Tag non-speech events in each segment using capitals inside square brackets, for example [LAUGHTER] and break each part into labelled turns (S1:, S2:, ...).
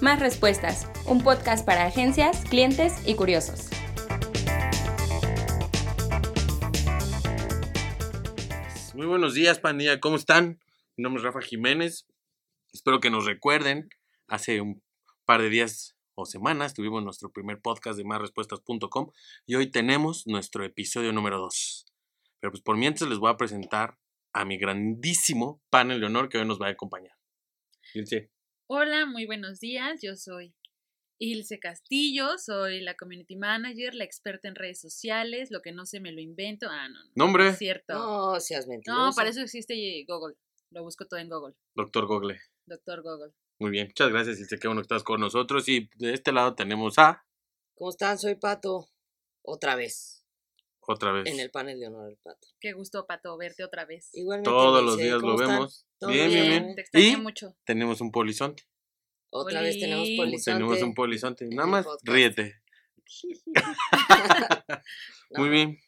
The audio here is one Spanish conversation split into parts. S1: Más Respuestas, un podcast para agencias, clientes y curiosos.
S2: Muy buenos días, pandilla. ¿Cómo están? Mi nombre es Rafa Jiménez. Espero que nos recuerden. Hace un par de días o semanas tuvimos nuestro primer podcast de másrespuestas.com y hoy tenemos nuestro episodio número 2. Pero pues por mientras les voy a presentar a mi grandísimo panel de honor que hoy nos va a acompañar. Ilse,
S3: Hola, muy buenos días. Yo soy Ilse Castillo, soy la community manager, la experta en redes sociales, lo que no se me lo invento. Ah, no, no.
S2: nombre,
S3: Es cierto. No,
S4: No seas mentiroso.
S3: para eso existe Google. Lo busco todo en Google.
S2: doctor Google.
S3: Doctor Google.
S2: Muy bien, muchas gracias Ilse, qué bueno que estás con nosotros. Y de este lado tenemos a,
S4: ¿Cómo están? Soy Pato. Otra vez.
S2: otra vez,
S4: En el panel de honor del Pato.
S3: Qué gusto, Pato, verte otra vez.
S4: Igualmente.
S2: todos los
S4: Dulce,
S2: días
S4: ¿cómo
S2: lo
S4: están?
S2: vemos.
S4: Todo
S2: Bien, bien, bien.
S3: Te extrañé
S2: Y-
S3: mucho.
S2: Tenemos un polizonte.
S4: Otra vez tenemos
S3: Oli.
S4: polizonte.
S2: Tenemos un polizonte. Nada
S4: el
S2: más
S4: podcast.
S2: ríete.
S3: [LAUGHS]
S2: [LAUGHS] Muy
S4: No,
S2: bien.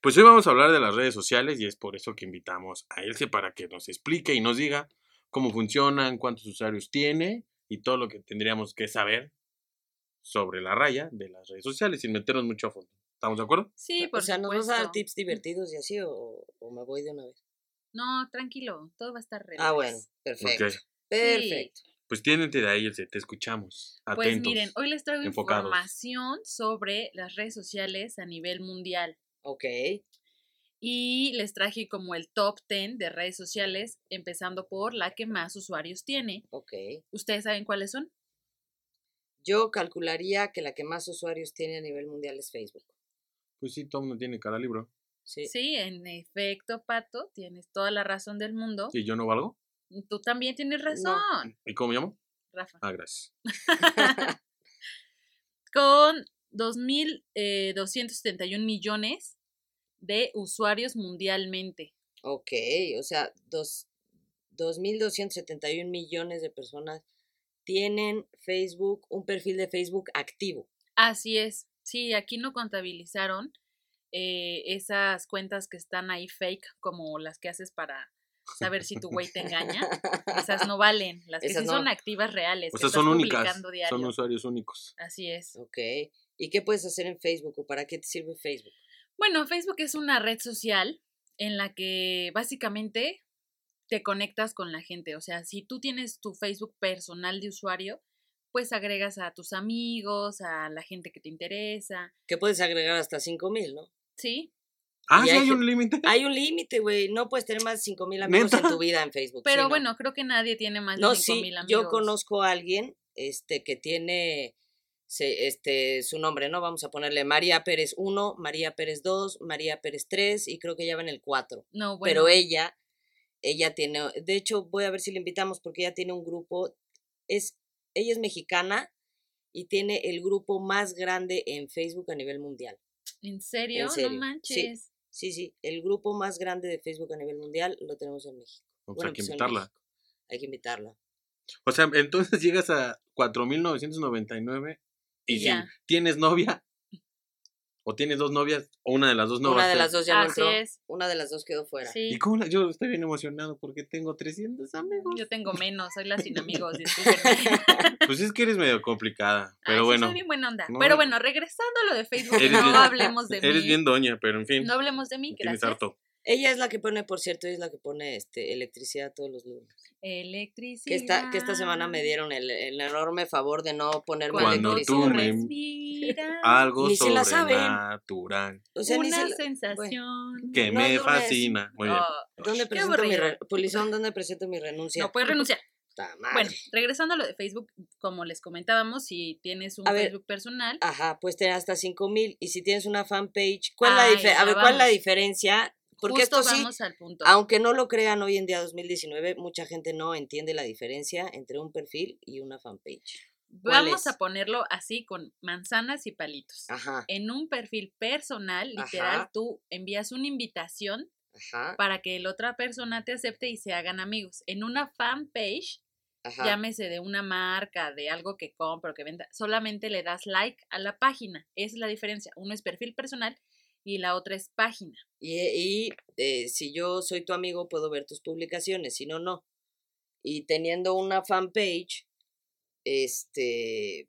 S2: Pues hoy vamos a hablar de las redes sociales y es por eso que invitamos a Elsie para que nos explique y nos diga cómo funcionan, cuántos usuarios tiene y todo lo que tendríamos que saber sobre la raya de las redes sociales sin meternos mucho a fondo. ¿Estamos de acuerdo?
S3: Sí, por
S4: Eh, o sea, ¿nos
S3: supuesto.
S4: vas a dar tips divertidos y así o, o me voy de una vez?
S3: No, tranquilo, todo va a estar relax.
S4: Ah, bueno. Perfecto.
S2: Ok.
S4: Perfecto.
S2: Pues tiénete de ahí, Elsie, te escuchamos. Atentos.
S3: Pues miren, hoy les traigo
S2: enfocados.
S3: información sobre las redes sociales a nivel mundial.
S4: Ok.
S3: Y les traje como el top 10 de redes sociales, empezando por la que más usuarios tiene.
S4: Ok.
S3: ¿Ustedes saben cuáles son?
S4: Yo calcularía que la que más usuarios tiene a nivel mundial es Facebook.
S2: Pues sí, todo el mundo tiene cada libro.
S4: Sí.
S3: Sí, en efecto, Pato, tienes toda la razón del mundo.
S2: ¿Y yo no valgo?
S3: Tú también tienes razón,
S2: ¿Y cómo me llamo?
S3: Rafa.
S2: Ah, gracias.
S3: Con eh, 2.271 millones de usuarios mundialmente.
S4: Ok. O sea, dos, 2.271 millones de personas tienen Facebook, un perfil de Facebook activo.
S3: Así es. Sí, aquí no contabilizaron eh, esas cuentas que están ahí fake, como las que haces para saber si tu güey te engaña. Esas no valen. Las que
S4: Esas
S3: sí
S4: no.
S3: son activas reales.
S2: O
S3: que
S2: sea,
S3: estás
S2: son únicas.
S3: publicando diario.
S2: Son usuarios únicos.
S3: Así es.
S4: [LAUGHS] Ok. ¿Y qué puedes hacer en Facebook o para qué te sirve Facebook?
S3: Bueno, Facebook es una red social en la que básicamente te conectas con la gente. O sea, si tú tienes tu Facebook personal de usuario, pues agregas a tus amigos, a la gente que te interesa.
S4: Que puedes agregar hasta 5000, ¿no?
S3: Sí,
S2: Ah,
S4: Y
S2: sí,
S4: hay
S2: hay
S4: que-
S2: un límite.
S4: Hay un límite, güey. No puedes tener más de 5000 amigos
S2: ¿Neta?
S4: en tu vida en Facebook.
S3: pero
S4: sí, no.
S3: bueno, creo que nadie tiene más de
S4: No,
S3: 5
S4: sí,
S3: mil amigos.
S4: yo conozco a alguien este, que tiene se- este, su nombre, ¿no? Vamos a ponerle María Pérez 1, María Pérez 2, María Pérez 3 y creo que ya va en el 4.
S3: No, bueno,
S4: Pero ella, ella tiene, de hecho voy a ver si la invitamos porque ella tiene un grupo, es, ella es mexicana y tiene el grupo más grande en Facebook a nivel mundial.
S3: ¿en serio?
S4: en serio,
S3: No
S4: sí.
S3: manches.
S4: Sí, sí, el grupo más grande de Facebook a nivel mundial lo tenemos en México.
S2: Vamos
S4: Bueno,
S2: hay que
S4: pues en
S2: invitarla.
S4: México. Hay que invitarla.
S2: O sea, entonces llegas a 4.999 y
S3: Y
S2: si
S3: ya.
S2: tienes novia o tienes dos novias o una de las dos no va
S4: una
S2: a
S4: de
S2: ser.
S4: las dos ya no
S3: Así
S4: entró.
S3: es.
S4: Una de las dos quedó fuera.
S3: Sí.
S2: ¿Y cómo la- Yo estoy bien emocionado porque tengo 300 amigos.
S3: Yo tengo menos, soy la sin
S4: [LAUGHS]
S3: amigos, discúlpenme.
S2: Pues es que eres medio complicada,
S3: Ay,
S2: pero
S3: sí,
S2: bueno.
S3: soy bien buena onda.
S2: no
S3: pero
S2: me-
S3: bueno, regresando a lo de Facebook,
S2: Eres
S3: no
S2: bien-
S3: hablemos pues, de
S2: [LAUGHS] Eres
S3: mí.
S2: bien doña, pero en fin.
S3: No hablemos de mí,
S2: me tienes
S3: gracias.
S2: harto.
S4: Ella es la que pone, por cierto, ella es la que pone este, electricidad todos los lunes.
S3: Electricidad.
S4: Que esta, que esta semana me dieron el, el enorme favor de no ponerme
S2: Cuando
S3: Cuando
S2: tú
S3: tú
S4: electricidad.
S2: me- [LAUGHS]
S3: respiras.
S4: Ah,
S2: Algo
S4: Ni se la saben.
S2: sobrenatural
S4: O sea, ni
S3: una
S4: se-
S3: sensación.
S2: que
S4: No
S2: me
S4: dudes.
S2: fascina. Muy bien.
S3: Oh,
S4: ¿Dónde
S3: Qué
S4: presento mi
S3: aburrido.
S4: re- Polizón, ¿dónde presento mi renuncia?
S3: no puedes renunciar.
S4: Puta madre.
S3: Bueno, regresando a lo de Facebook, como les comentábamos, si tienes un
S4: A ver,
S3: Facebook personal,
S4: Ajá, pues tener hasta 5000 y si tienes una fanpage, ¿cuál es la
S3: Ay,
S4: dife-
S3: ya
S4: A ver, ¿cuál es la
S3: vamos.
S4: diferencia? Porque
S3: justo
S4: esto sí,
S3: vamos al punto.
S4: aunque no lo crean hoy en día 2019, mucha gente no entiende la diferencia entre un perfil y una fanpage. ¿cuál
S3: Vamos
S4: es?
S3: a ponerlo así con manzanas y palitos.
S4: Ajá,
S3: En un perfil personal, literal,
S4: Ajá.
S3: tú envías una invitación
S4: ajá,
S3: para que la otra persona te acepte y se hagan amigos. En una fanpage,
S4: ajá.
S3: llámese de una marca, de algo que compro, que venda, solamente le das like a la página. Esa es la diferencia. Uno es perfil personal y la otra es página.
S4: Y, y, eh, si yo soy tu amigo, puedo ver tus publicaciones, si no, no. Y teniendo una fanpage, este,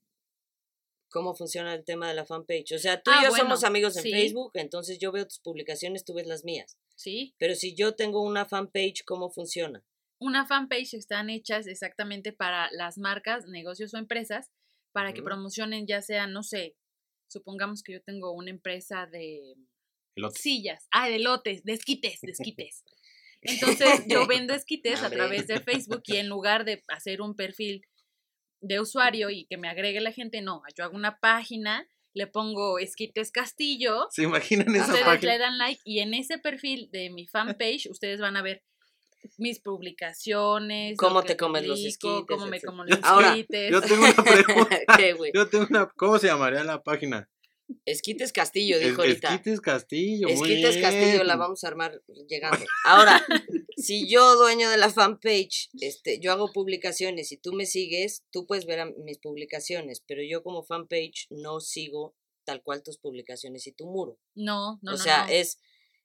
S4: cómo funciona el tema de la fanpage. O sea, tú
S3: Ah,
S4: y yo
S3: bueno,
S4: somos amigos en
S3: sí.
S4: Facebook, entonces yo veo tus publicaciones, tú ves las mías.
S3: ¿sí?
S4: Pero si yo tengo una fanpage, ¿cómo funciona? [LAUGHS]
S3: Una fanpage están hechas exactamente para las marcas, negocios o empresas, para que
S2: Ujú.
S3: promocionen ya sea, no sé, supongamos que yo tengo una empresa de
S2: El otro.
S3: sillas, ah, de lotes, de esquites,
S4: [LAUGHS]
S3: de esquites. Entonces yo vendo esquites a
S4: Hombre.
S3: través de Facebook y en lugar de hacer un perfil de usuario y que me agregue la gente, no, yo hago una página, le pongo esquites castillo,
S2: ¿Se imaginan esa
S3: ustedes le
S2: página?
S3: dan like y en ese perfil de mi fanpage ustedes van a ver mis publicaciones, lo
S4: Cómo
S3: que
S4: te comes los
S3: publico,
S4: esquites,
S3: Cómo me
S4: etcétera.
S3: como los
S4: Ahora,
S3: esquites.
S2: Yo tengo una pregunta.
S4: ¿Qué, güey?
S2: Yo tengo una. ¿Cómo se llamaría la página?
S4: Esquites Castillo, dijo
S2: Es-
S4: ahorita.
S2: Esquites Castillo. muy
S4: Esquites Castillo
S2: bien.
S4: la vamos a armar llegando. Ahora, si yo, dueño de la fanpage, este, yo hago publicaciones y tú me sigues, tú puedes ver a mis publicaciones, pero yo como fanpage no sigo tal cual tus publicaciones y tu muro.
S3: No, no,
S4: o
S3: no,
S4: sea,
S3: no.
S4: es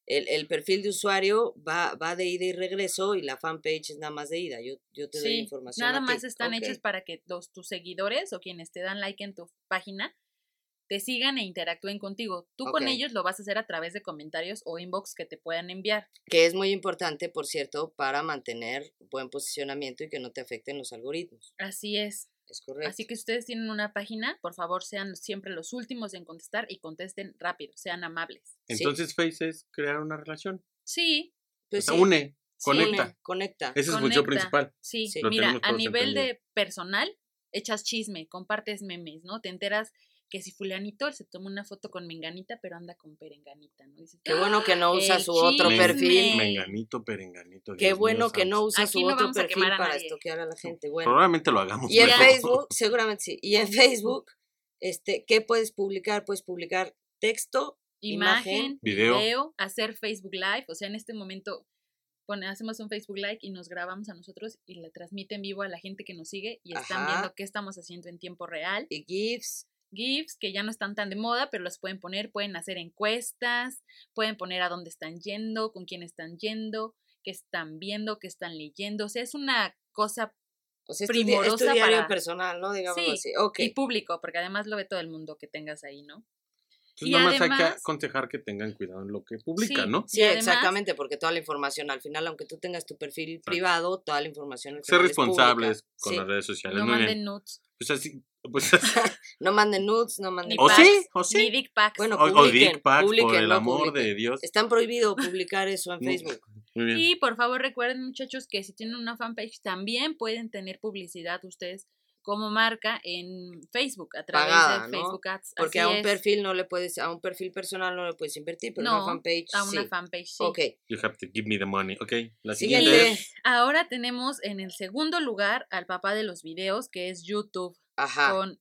S4: el, el perfil de usuario va, va de ida y regreso y la fanpage es nada más de ida. Yo, yo te doy
S3: Sí,
S4: información.
S3: nada
S4: a ti.
S3: más están
S4: Ok.
S3: hechos para que los, tus seguidores o quienes te dan like en tu página te sigan e interactúen contigo. Tú con
S4: Ok.
S3: ellos lo vas a hacer a través de comentarios o inbox que te puedan enviar.
S4: Que es muy importante, por cierto, para mantener buen posicionamiento y que no te afecten los algoritmos.
S3: Así es.
S4: Es correcto.
S3: Así que si ustedes tienen una página, por favor sean siempre los últimos en contestar y contesten rápido, sean amables.
S2: Entonces, Face es crear una relación.
S3: Sí,
S4: Pues
S2: o sea,
S4: sí,
S2: une.
S4: sí,
S2: conecta.
S4: une, Conecta.
S2: Esa es función
S3: Conecta.
S2: principal.
S3: sí.
S4: Sí.
S2: Lo
S3: Mira,
S2: tenemos
S3: a
S2: todos
S3: nivel
S2: entendido.
S3: de personal, echas chisme, compartes memes, ¿no? Te enteras que si fulanito se toma una foto con menganita, pero anda con perenganita, ¿no? Dices, "Ah,
S4: Qué bueno que no
S3: El
S4: usa su otro
S2: chisme.
S4: perfil.
S2: Menganito, perenganito.
S4: Qué
S2: Dios mío
S4: bueno que no
S2: santo.
S4: usa
S3: Aquí
S4: su
S3: no
S4: otro
S3: vamos a
S4: perfil
S3: quemar a
S4: para
S3: nadie.
S4: estoquear a la gente. Bueno.
S2: Probablemente lo hagamos.
S4: Y en
S2: pero-
S4: Facebook, seguramente sí. Y en Facebook, este, ¿qué puedes publicar? Puedes publicar texto.
S3: imagen,
S4: Imagen,
S2: video.
S3: video. hacer Facebook Live, o sea, en este momento pone, hacemos un Facebook Live y nos grabamos a nosotros y le transmite en vivo a la gente que nos sigue y están
S4: Ajá.
S3: viendo qué estamos haciendo en tiempo real.
S4: Y GIFs.
S3: GIFs que ya no están tan de moda, pero los pueden poner, pueden hacer encuestas, pueden poner a dónde están yendo, con quién están yendo, qué están viendo, qué están leyendo, o sea, es una cosa
S4: O sea, es tu di- es tu
S3: Primorosa
S4: diario
S3: para-
S4: personal, ¿no? Digamos
S3: Sí,
S4: así. Ok.
S3: y público, porque además lo ve todo el mundo que tengas ahí, ¿no?
S2: Entonces,
S3: Y
S2: nada más hay que
S3: además-
S2: aconsejar que tengan cuidado en lo que publican,
S3: Sí.
S2: ¿no?
S4: Sí,
S3: y además-
S4: exactamente, porque toda la información, al final, aunque tú tengas tu perfil privado, toda la información. al
S2: Ser
S4: final es pública.
S2: responsables con
S4: Sí.
S2: las redes sociales.
S3: No
S2: Muy bien.
S3: manden nudes,
S2: Pues así. Pues así.
S4: No manden nudes, no manden.
S3: ni
S2: ¿O
S3: packs,
S2: sí? ¿O sí?
S3: ni dick packs.
S4: Bueno,
S2: O, o
S4: publiquen,
S2: dick packs, por
S4: publiquen,
S2: el
S4: no
S2: amor
S4: publiquen.
S2: de Dios.
S4: Están prohibido publicar eso en
S2: No.
S4: Facebook.
S2: Muy bien.
S3: Y por favor recuerden muchachos que si tienen una fanpage también pueden tener publicidad ustedes como marca en Facebook a través
S4: Pagada,
S3: de
S4: ¿no?
S3: Facebook Ads.
S4: Porque
S3: Así
S4: a un
S3: es,
S4: perfil no le puedes, a un perfil personal no le puedes invertir, pero a
S3: No,
S4: una fanpage
S3: a una
S4: sí.
S3: fanpage. sí.
S4: Ok,
S2: You have to give me the money. Ok. La siguiente,
S4: siguiente.
S2: es.
S3: Ahora tenemos en el segundo lugar al papá de los videos que es YouTube
S4: Ajá.
S3: con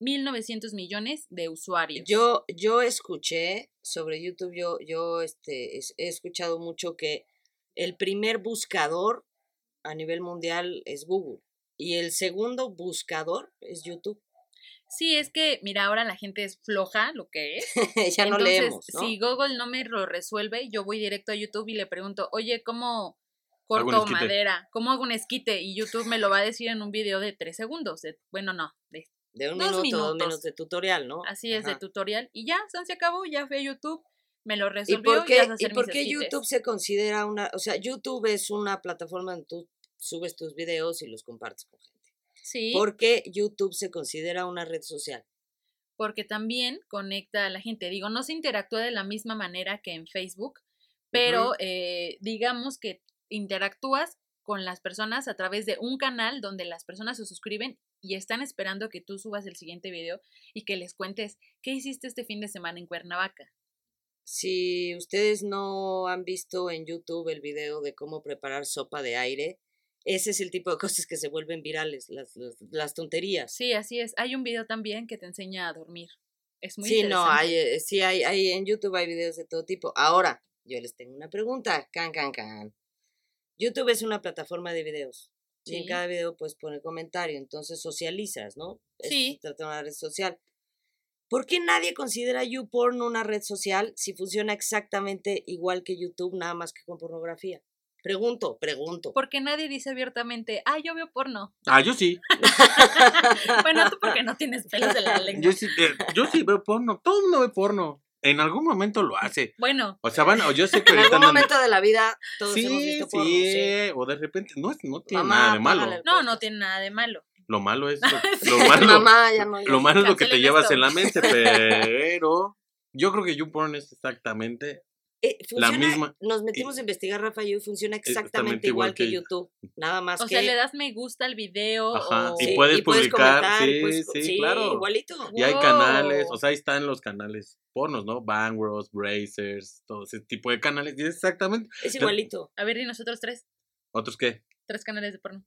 S3: 1900 millones de usuarios.
S4: Ah. Yo, yo escuché sobre YouTube, yo, yo este, es- he escuchado mucho que el primer buscador a nivel mundial es Google. Y el segundo buscador es YouTube. [LAUGHS]
S3: Sí, es que mira, ahora la gente es floja, lo que es.
S4: ya no
S3: Entonces,
S4: leemos, ¿no?
S3: Si Google no me lo resuelve, yo voy directo a YouTube y le pregunto, oye, ¿cómo
S2: Hago un
S3: corto
S2: esquite".
S3: madera? ¿Cómo hago un esquite? Y YouTube me lo va a decir en un video de tres segundos. de- bueno, no, de-
S4: de un
S3: dos
S4: minuto, dos
S3: minutos.
S4: minutos de tutorial, ¿no?
S3: así es, de
S4: Ajá.
S3: tutorial. Y ya, san, se acabó, ya fui a YouTube, me lo
S4: ¿Y
S3: resolvió.
S4: por
S3: ya
S4: qué,
S3: sé
S4: ¿y
S3: hacer
S4: por
S3: mis
S4: qué
S3: esquites.
S4: YouTube se considera una, o sea, YouTube es una plataforma donde tú subes tus videos y los compartes con gente?
S3: Sí,
S4: ¿Por qué YouTube se considera una red social?
S3: porque también conecta a la gente. Digo, no se interactúa de la misma manera que en Facebook, pero eh, digamos que interactúas con las personas a través de un canal donde las personas se suscriben y están esperando que tú subas el siguiente video y que les cuentes qué hiciste este fin de semana en Cuernavaca.
S4: Si ustedes no han visto en YouTube el video de cómo preparar sopa de aire, ese es el tipo de [LAUGHS] cosas que se vuelven virales, las, las- las tonterías.
S3: Sí, así es. Hay un video también que te enseña a dormir. Es muy
S4: sí, no,
S3: interesante.
S4: hay, eh, sí, hay, hay, en YouTube hay videos de todo tipo. Ahora, yo les tengo una pregunta, can, can, can. YouTube es una plataforma de videos. Y en
S3: Sí.
S4: cada video puedes poner comentario, entonces socializas, ¿no? Es-
S3: Sí.
S4: Se trata de una red social. ¿Por qué nadie considera YouPorn una red social si funciona exactamente igual que YouTube, nada más que con pornografía? Pregunto, pregunto.
S3: Porque nadie dice abiertamente, ah, yo veo
S4: [LAUGHS]
S3: porno. [LAUGHS]
S2: Ah, yo sí.
S3: bueno, tú porque no tienes pelos de la lengua.
S2: Yo
S4: [LAUGHS]
S2: sí, eh, yo sí veo porno. Todo el mundo ve porno. En algún momento lo hace.
S3: Bueno,
S2: O sea, van, o yo sé que
S4: En
S2: ahorita
S4: algún
S2: andan-
S4: momento de la vida todos
S2: sí,
S4: hemos visto
S2: sí,
S4: porno. Sí.
S2: o de repente no, es- no tiene
S4: Mamá,
S2: nada de malo.
S4: apágale.
S3: no, no tiene nada de malo.
S2: Lo malo
S4: [LAUGHS]
S2: es lo, lo malo,
S4: Mamá, ya no. ya
S2: lo
S4: no.
S2: malo es lo que te
S3: Cancelen
S2: llevas
S3: esto.
S2: en la mente, pero yo creo que YouPorn es exactamente
S4: Eh,
S2: la
S4: funciona-
S2: misma- e,
S4: Nos metimos a investigar, Rafa y yo, y funciona exactamente igual, que,
S2: ella.
S4: YouTube. Nada más
S3: O
S4: que.
S3: sea, le das me gusta al video
S2: Ajá,
S3: o...
S2: y puedes publicar, sí, sí, claro.
S4: Igualito.
S2: y hay
S3: Wow.
S2: canales, o sea, ahí están los canales pornos, ¿no? Bangros, Brazers, todo ese tipo de canales, y es exactamente.
S4: Es igualito.
S3: A ver, y nosotros tres,
S2: ¿Otros qué?
S3: tres canales de porno.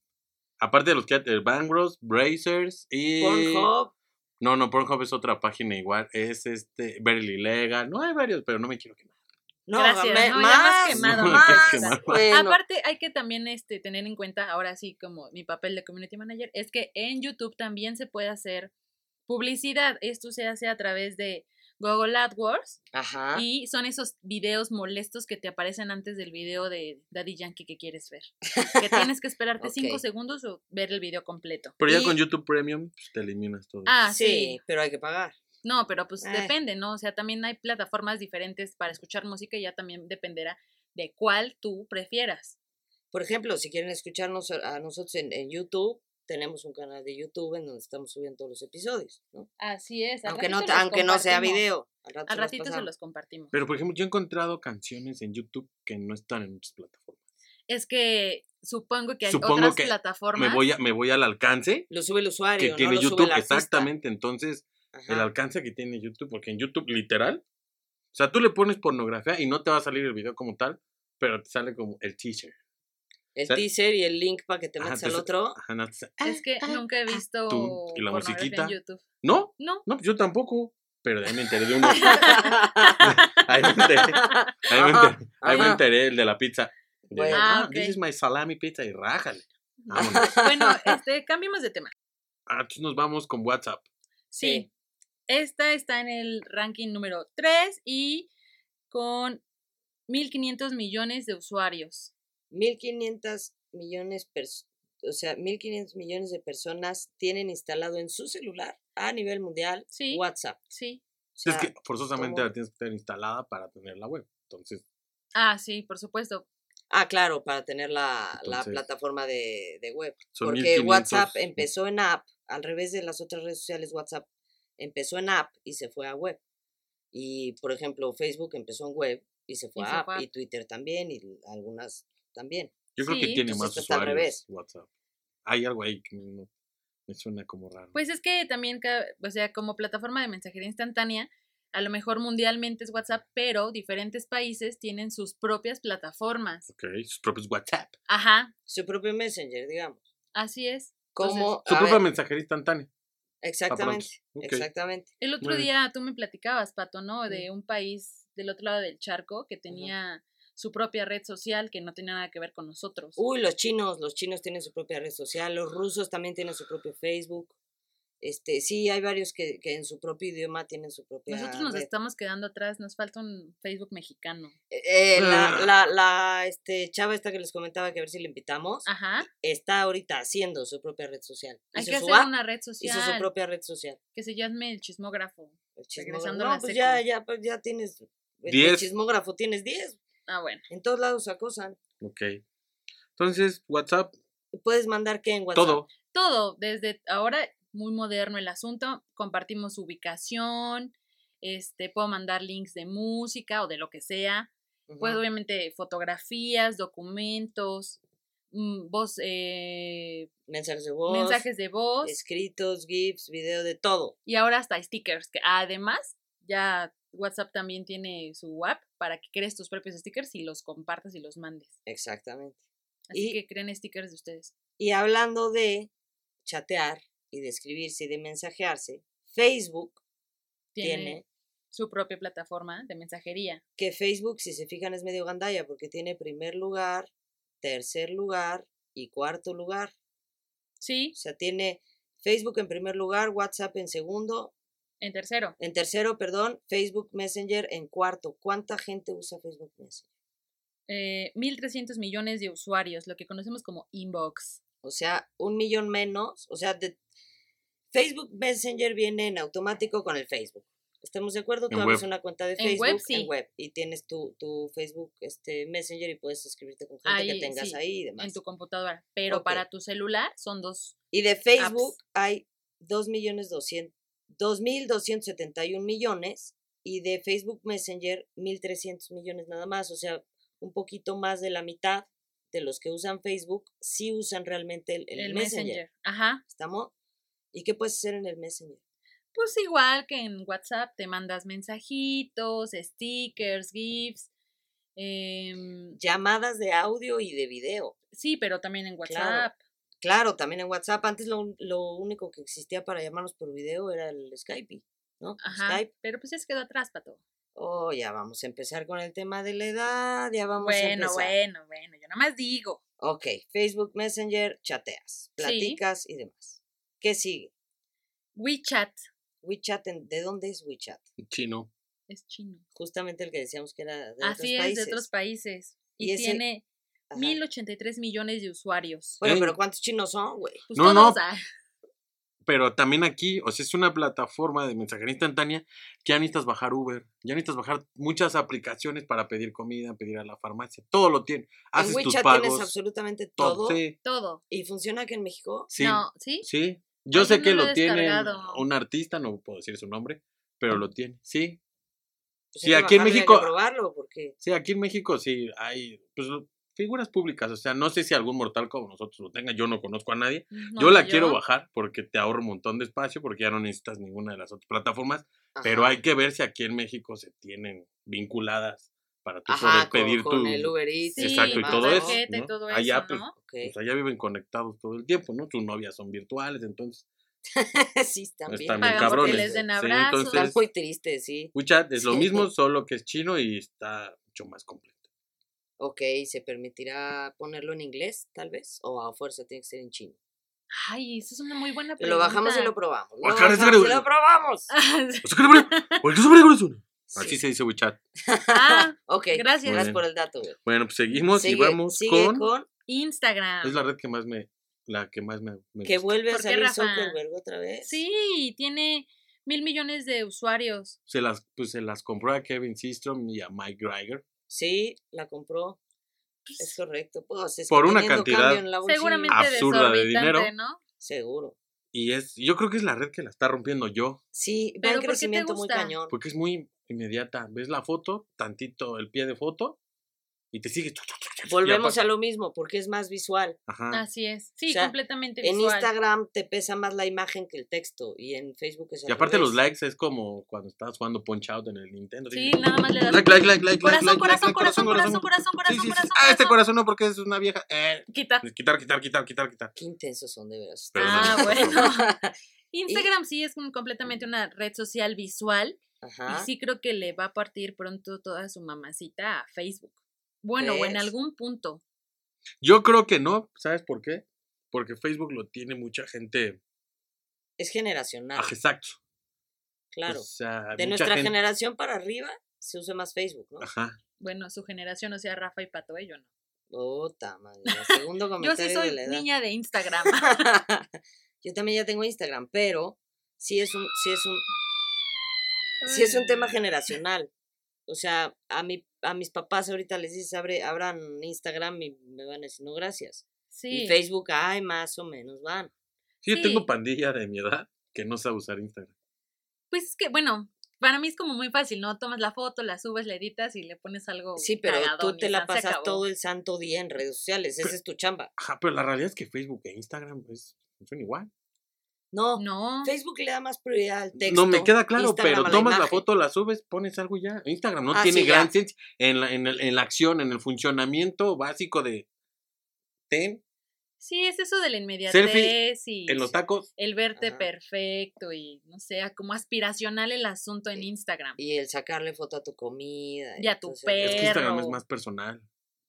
S2: Aparte de los que el Bangros, Brazers y
S4: Pornhub.
S2: No, no, Pornhub es otra página igual, es este Barely Legal, no hay varios, pero no me quiero quemar.
S4: No,
S3: Gracias,
S4: me-
S3: no, ya
S4: más,
S2: [LAUGHS]
S3: más quemado,
S4: más,
S2: ya quemado.
S4: bueno.
S3: Aparte, hay que también este, tener en cuenta, ahora sí, como mi papel de community manager, es que en YouTube también se puede hacer publicidad. Esto se hace a través de Google AdWords
S4: Ajá.
S3: y son esos videos molestos que te aparecen antes del video de Daddy Yankee que quieres ver.
S4: [LAUGHS]
S3: Que tienes que esperarte
S4: Ok.
S3: 5 segundos o ver el video completo.
S2: Pero
S4: Y-
S2: ya con YouTube Premium pues, te eliminas todo.
S3: Ah,
S4: sí,
S3: sí.
S4: pero hay que pagar.
S3: No, pero pues
S4: Eh.
S3: depende, ¿no? O sea, también hay plataformas diferentes para escuchar música y ya también dependerá de cuál tú prefieras.
S4: Por ejemplo, si quieren escucharnos a a nosotros en, en YouTube, tenemos un canal de YouTube en donde estamos subiendo todos los episodios, ¿no?
S3: Así es. al
S4: Aunque no,
S3: ratito los
S4: aunque no sea
S3: compartimos.
S4: video. Al ratito,
S3: Al
S4: los
S3: ratito se
S4: pasamos.
S3: los compartimos.
S2: Pero por ejemplo, yo he encontrado canciones en YouTube que no están en otras plataformas.
S3: Es que supongo que hay
S2: Supongo
S3: otras
S2: que
S3: plataformas.
S2: Me voy a- me voy al alcance
S4: Lo sube el usuario,
S2: que
S4: ¿no?
S2: tiene
S4: Lo sube
S2: YouTube,
S4: el artista.
S2: exactamente. Entonces,
S4: Ajá.
S2: el alcance que tiene YouTube, porque en YouTube literal, o sea, tú le pones pornografía y no te va a salir el video como tal, pero te sale como el teacher.
S4: El
S2: sea-
S4: teaser y el link para que te
S2: Ajá,
S4: metas al
S2: entonces- [LAUGHS]
S4: otro. [LAUGHS]
S2: Ajá, no, te sa-
S3: Es que nunca he visto
S2: Tú, y la
S3: pornografía
S2: musiquita.
S3: en YouTube.
S2: no, [LAUGHS]
S3: No,
S2: no, pues yo tampoco. Pero de ahí me enteré de uno.
S4: [LAUGHS]
S2: ahí me enteré, ahí me
S4: Ajá,
S2: enteré, ahí me
S4: ajá.
S2: enteré, el de la pizza. De,
S4: Bueno.
S2: ah,
S3: Ah, ok.
S2: This is my salami pizza y
S4: [LAUGHS]
S2: rájale. Vámonos.
S3: bueno, este, cambiemos de tema.
S2: Ah, entonces nos vamos con WhatsApp.
S3: Sí.
S4: Sí.
S3: Esta está en el ranking número 3 y con 1.500 millones de usuarios.
S4: 1.500 millones, pers- o sea, 1.500 millones de personas tienen instalado en su celular a nivel mundial
S3: Sí,
S4: WhatsApp.
S3: sí.
S4: O sea,
S2: es que forzosamente
S4: ¿cómo?
S2: la tienes que tener instalada para tener la web. Entonces,
S3: Ah, sí, por supuesto.
S4: Ah, claro, para tener la, la
S2: Entonces,
S4: plataforma de, de web.
S2: son eh.
S4: porque
S2: 1500.
S4: WhatsApp empezó en app, al revés de las otras redes sociales, WhatsApp empezó en app y se fue a web. Y, por ejemplo, Facebook empezó en web y se fue,
S3: Y
S4: a,
S3: se
S4: app,
S3: fue a
S4: y Twitter también, y algunas también.
S2: Yo creo
S3: Sí,
S2: que tiene
S4: pues
S2: más
S4: esto está al
S2: usuarios
S4: revés.
S2: WhatsApp. Hay algo ahí que no- me suena como raro.
S3: Pues es que también, ca- o sea, como plataforma de mensajería instantánea, a lo mejor mundialmente es WhatsApp, pero diferentes países tienen sus propias plataformas.
S2: ok, sus propios WhatsApp.
S3: Ajá,
S4: Su propio Messenger, digamos.
S3: así es.
S4: Como,
S2: Su
S4: a
S2: propia
S3: Ah,
S4: ver,
S2: mensajería instantánea.
S4: exactamente,
S2: Ok.
S4: exactamente.
S3: El otro
S2: Muy bien.
S3: día tú me platicabas, Pato, ¿no? De un país del otro lado del charco que tenía su propia red social que no tenía nada que ver con nosotros.
S4: Uy, los chinos, los chinos tienen su propia red social, los rusos también tienen su propio Facebook. Este, sí, hay varios que, que en su propio idioma tienen su propia
S3: Nosotros nos
S4: red.
S3: estamos quedando atrás, nos falta un Facebook mexicano.
S4: Eh, eh, la,
S2: Ah.
S4: la, la este, chava esta que les comentaba que a ver si le invitamos,
S3: Ajá,
S4: está ahorita haciendo su propia red social.
S3: Ah. hay
S4: Hizo
S3: que
S4: su
S3: hacer
S4: app,
S3: una red
S4: Hizo su
S3: social
S4: propia red social.
S3: que se llame el chismógrafo.
S4: El chismógrafo.
S3: Regresando a
S4: No,
S3: la
S4: pues ya,
S3: secu.
S4: ya, pues ya tienes. el- El
S2: Diez.
S4: chismógrafo tienes 10.
S3: Ah, bueno.
S4: En todos lados se acosan.
S2: Ok. Entonces, WhatsApp,
S4: Puedes mandar qué en WhatsApp.
S2: todo.
S3: todo, desde ahora muy moderno el asunto, compartimos ubicación, este, puedo mandar links de música o de lo que sea,
S4: Ujú.
S3: pues obviamente fotografías, documentos, mm, voz, eh,
S4: Mensajes de voz. eh,
S3: mensajes de voz
S4: Escritos, GIFs, video, de todo.
S3: y ahora hasta stickers, que además ya WhatsApp también tiene su app para que crees tus propios stickers y los compartas y los mandes.
S4: Exactamente.
S3: Así
S4: Y-
S3: que creen stickers de ustedes.
S4: Y hablando de chatear y de escribirse y de mensajearse, Facebook
S3: Tiene,
S4: tiene,
S3: su propia plataforma de mensajería.
S4: que Facebook, si se fijan, es medio gandalla porque tiene primer lugar, tercer lugar y cuarto lugar.
S3: Sí,
S4: O sea, tiene Facebook en primer lugar, WhatsApp en segundo,
S3: en tercero.
S4: en tercero, perdón, Facebook Messenger en cuarto. ¿Cuánta gente usa Facebook Messenger?
S3: eh, 1.300 millones de usuarios, lo que conocemos como inbox.
S4: O sea, un millón menos. O sea, de- Facebook Messenger viene en automático con el Facebook. ¿Estamos de acuerdo? Tú
S2: En
S4: abres
S2: web.
S4: una cuenta de
S3: En web,
S4: Facebook
S3: sí.
S4: web, y tienes tu, tu Facebook este, Messenger y puedes suscribirte con gente
S3: Ahí,
S4: que tengas
S3: sí,
S4: ahí y demás.
S3: en tu computadora, pero
S4: Ok.
S3: para tu celular son dos.
S4: Y de Facebook hay 2 millones 200 2.271 millones y de Facebook Messenger 1.300 millones nada más, o sea, un poquito más de la mitad de los que usan Facebook sí usan realmente el, el
S3: El,
S4: Messenger.
S3: Messenger. Ajá.
S4: ¿Estamos? ¿Y qué puedes hacer en el Messenger?
S3: Pues igual que en WhatsApp te mandas mensajitos, stickers, GIFs. em,
S4: Llamadas de audio y de video.
S3: sí, pero también en WhatsApp.
S4: Claro. Claro, también en WhatsApp. Antes lo, un- lo único que existía para llamarnos por video era el Skype, ¿no?
S3: Ajá.
S4: Skype.
S3: Pero pues ya se quedó atrás, Pato.
S4: Oh, ya vamos a empezar con el tema de la edad, ya vamos a
S3: Bueno,
S4: empezar.
S3: bueno, bueno, yo nada más digo.
S4: Ok, Facebook Messenger, chateas, platicas y demás. ¿Qué sigue?
S3: WeChat
S4: WeChat, en- ¿de dónde es WeChat?
S2: Chino.
S3: es chino.
S4: Justamente el que decíamos que era de
S3: Así es,
S4: otros países.
S3: de otros países. Y,
S4: Y ese-
S3: tiene
S4: Ajá.
S3: 1083 millones de usuarios.
S4: Bueno,
S2: Ey.
S4: pero ¿cuántos chinos son, güey?
S3: Pues
S2: No,
S3: todos,
S2: no.
S3: ah,
S2: Pero también aquí, o sea, es una plataforma de mensajería instantánea que ya necesitas bajar Uber, ya necesitas bajar muchas aplicaciones para pedir comida, pedir a la farmacia, todo lo tiene. Haces
S4: en
S2: tus
S4: WeChat tienes
S2: pagos,
S4: absolutamente todo.
S2: todo. Sí,
S3: todo.
S4: ¿Y funciona aquí en México?
S2: sí,
S3: No, ¿sí?
S2: sí. Yo
S3: Ay,
S2: sé
S3: yo no
S2: que
S3: lo he
S2: lo tiene
S3: descargado.
S2: un artista, no puedo decir su nombre, pero lo tiene. Sí,
S4: Pues
S2: Sí,
S4: hay que
S2: aquí en
S4: bajarle, hay que
S2: México-
S4: probarlo porque
S2: sí, aquí en México sí hay pues, figuras públicas, o sea, no sé si algún mortal como nosotros lo tenga, yo no conozco a nadie.
S3: No,
S2: yo la
S3: ni
S2: quiero bajar porque te ahorro un montón de espacio porque ya no necesitas ninguna de las otras plataformas. Pero
S4: ajá,
S2: hay que ver si aquí en México se tienen vinculadas para tú poder
S4: ajá, con,
S2: pedir
S4: con
S2: tu.
S4: el Uber Eats
S3: Sí,
S2: Exacto, y
S3: tu
S4: demás,
S2: todo
S4: ¿no?
S2: eso.
S3: tarjeta y
S2: ¿no?
S3: todo
S2: Allá,
S3: eso,
S2: pues,
S3: ¿no?
S4: Ok.
S2: Pues allá viven conectados todo el tiempo, ¿no? Tus novias son virtuales, entonces.
S4: [LAUGHS] sí, están
S2: Pues,
S4: bien.
S2: Están bien
S3: Pagan porque
S2: cabrones. ¿eh?
S3: les den
S2: Sí,
S3: abrazos.
S4: Están
S2: entonces,
S4: [LAUGHS] muy tristes, sí.
S2: WeChat es lo
S4: Sí.
S2: mismo, solo que es chino y está mucho más completo.
S4: Ok, ¿se permitirá ponerlo en inglés, tal vez? ¿O a fuerza tiene que ser en chino?
S3: Ay, esa es una muy buena pregunta.
S4: Lo bajamos y lo probamos. Lo
S2: Oye, ahora
S4: bajamos
S2: sí
S4: y
S2: creo-
S4: lo probamos.
S3: [LAUGHS]
S4: [LAUGHS]
S2: Así
S4: Sí. [LAUGHS]
S2: se dice WeChat.
S3: Ah,
S4: Ok,
S3: Gracias.
S4: gracias
S2: Bueno.
S4: por el dato. güey.
S2: Bueno, pues seguimos y
S4: Sigue-
S2: vamos
S4: sigue
S2: con,
S3: Instagram.
S2: Es la red que más me. La que más me. me
S4: que
S2: gusta.
S4: vuelve a
S3: ¿Por qué,
S4: salir
S3: Rafa?
S4: Zuckerberg otra vez.
S3: Sí, tiene mil millones de usuarios.
S2: Se las, pues se las compró a Kevin Systrom y a Mike Greiger.
S4: Sí, la compró. Es correcto. Pues, es que
S2: Por una
S4: teniendo
S2: cantidad
S4: cambio en la bolsilla,
S3: Seguramente
S2: Absurda de
S3: desorbitante,
S2: dinero.
S3: ¿no?
S4: Seguro.
S2: Y es. Yo creo que es la red que la está rompiendo yo.
S4: Sí,
S3: Pero ¿por
S4: va en
S3: qué te
S4: crecimiento muy
S3: gusta?
S4: cañón.
S2: Porque es muy inmediata. Ves la foto, tantito el pie de foto y te sigue.
S4: Volvemos
S2: Ya
S4: a
S2: pa-
S4: lo mismo, porque es más visual.
S2: Ajá.
S3: Así es. Sí,
S4: Ah. O sea,
S3: completamente
S4: En
S3: visual.
S4: Instagram te pesa más la imagen que el texto y en Facebook es al
S2: Y aparte los
S4: revés.
S2: likes es como cuando estás jugando Punch Out en el Nintendo.
S3: Sí,
S2: dices,
S3: nada más le das.
S2: Like, like, like, like, like, like,
S3: corazón, corazón,
S2: like,
S3: corazón, corazón, corazón, corazón,
S2: Sí,
S3: corazón,
S2: sí, sí.
S3: corazón.
S2: Ah, este corazón no porque es una vieja. Eh,
S3: Quita.
S2: Quitar, quitar, quitar, quitar, quitar.
S4: Qué intensos son de veras. [LAUGHS]
S2: Pero
S3: Ah,
S2: no.
S3: bueno.
S2: [LAUGHS]
S3: [LAUGHS] Instagram sí es un- completamente una red social visual
S4: Ajá.
S3: y sí creo que le va a partir pronto toda su mamacita a Facebook. Bueno, o en
S4: ¿Crees?
S3: algún punto.
S2: Yo creo que no. ¿Sabes por qué? Porque Facebook lo tiene mucha gente.
S4: Es generacional,
S2: Ah, exacto.
S4: claro.
S2: O sea,
S4: de
S2: pues, mucha
S4: nuestra
S2: gente.
S4: generación para arriba se usa más Facebook, ¿no?
S2: Ajá.
S3: Bueno, su generación, o sea, Rafa y Pato, ¿eh? yo no.
S4: Puta madre,
S2: [LAUGHS]
S4: el segundo
S3: Yo sí
S4: comentario
S3: soy
S4: de la edad.
S3: niña de Instagram.
S4: [LAUGHS] Yo también ya tengo Instagram, pero sí es un, sí es un, sí es un tema generacional. O sea, a mi, a mis papás ahorita les dices abre, abran Instagram y me van a decir no gracias.
S3: [LAUGHS] Sí.
S4: Y Facebook, ay, más o menos van.
S2: Sí, yo
S3: Sí.
S2: tengo pandilla de mi edad que no sabe usar Instagram.
S3: Pues es que, bueno, para mí es como muy fácil, ¿no? Tomas la foto, la subes, la editas y le pones algo.
S4: Sí, pero tú
S3: cagadón y
S4: te la
S3: Oh, san, se
S4: pasas
S3: acabó.
S4: todo el santo día en redes sociales, esa es tu chamba.
S2: Ajá, pero la realidad es que Facebook e Instagram pues, son igual.
S4: No,
S3: No.
S4: Facebook le da más prioridad al texto.
S2: No, me queda claro,
S4: Instagram a
S2: pero tomas la
S4: imagen.
S2: foto, la subes, pones algo y ya. Instagram no
S4: Ah,
S2: tiene
S4: sí, ya.
S2: gran ciencia en la, en, el- en la acción, en el funcionamiento básico de ten
S3: Sí, es eso de la inmediatez y
S2: en los tacos.
S3: el verte
S4: Ajá.
S3: perfecto y no sé, como aspiracional el asunto en
S4: Y-
S3: Instagram.
S4: Y el sacarle foto a tu comida.
S3: Y a tu
S4: entonces-
S2: Es que Instagram es
S3: Pero-
S2: más personal,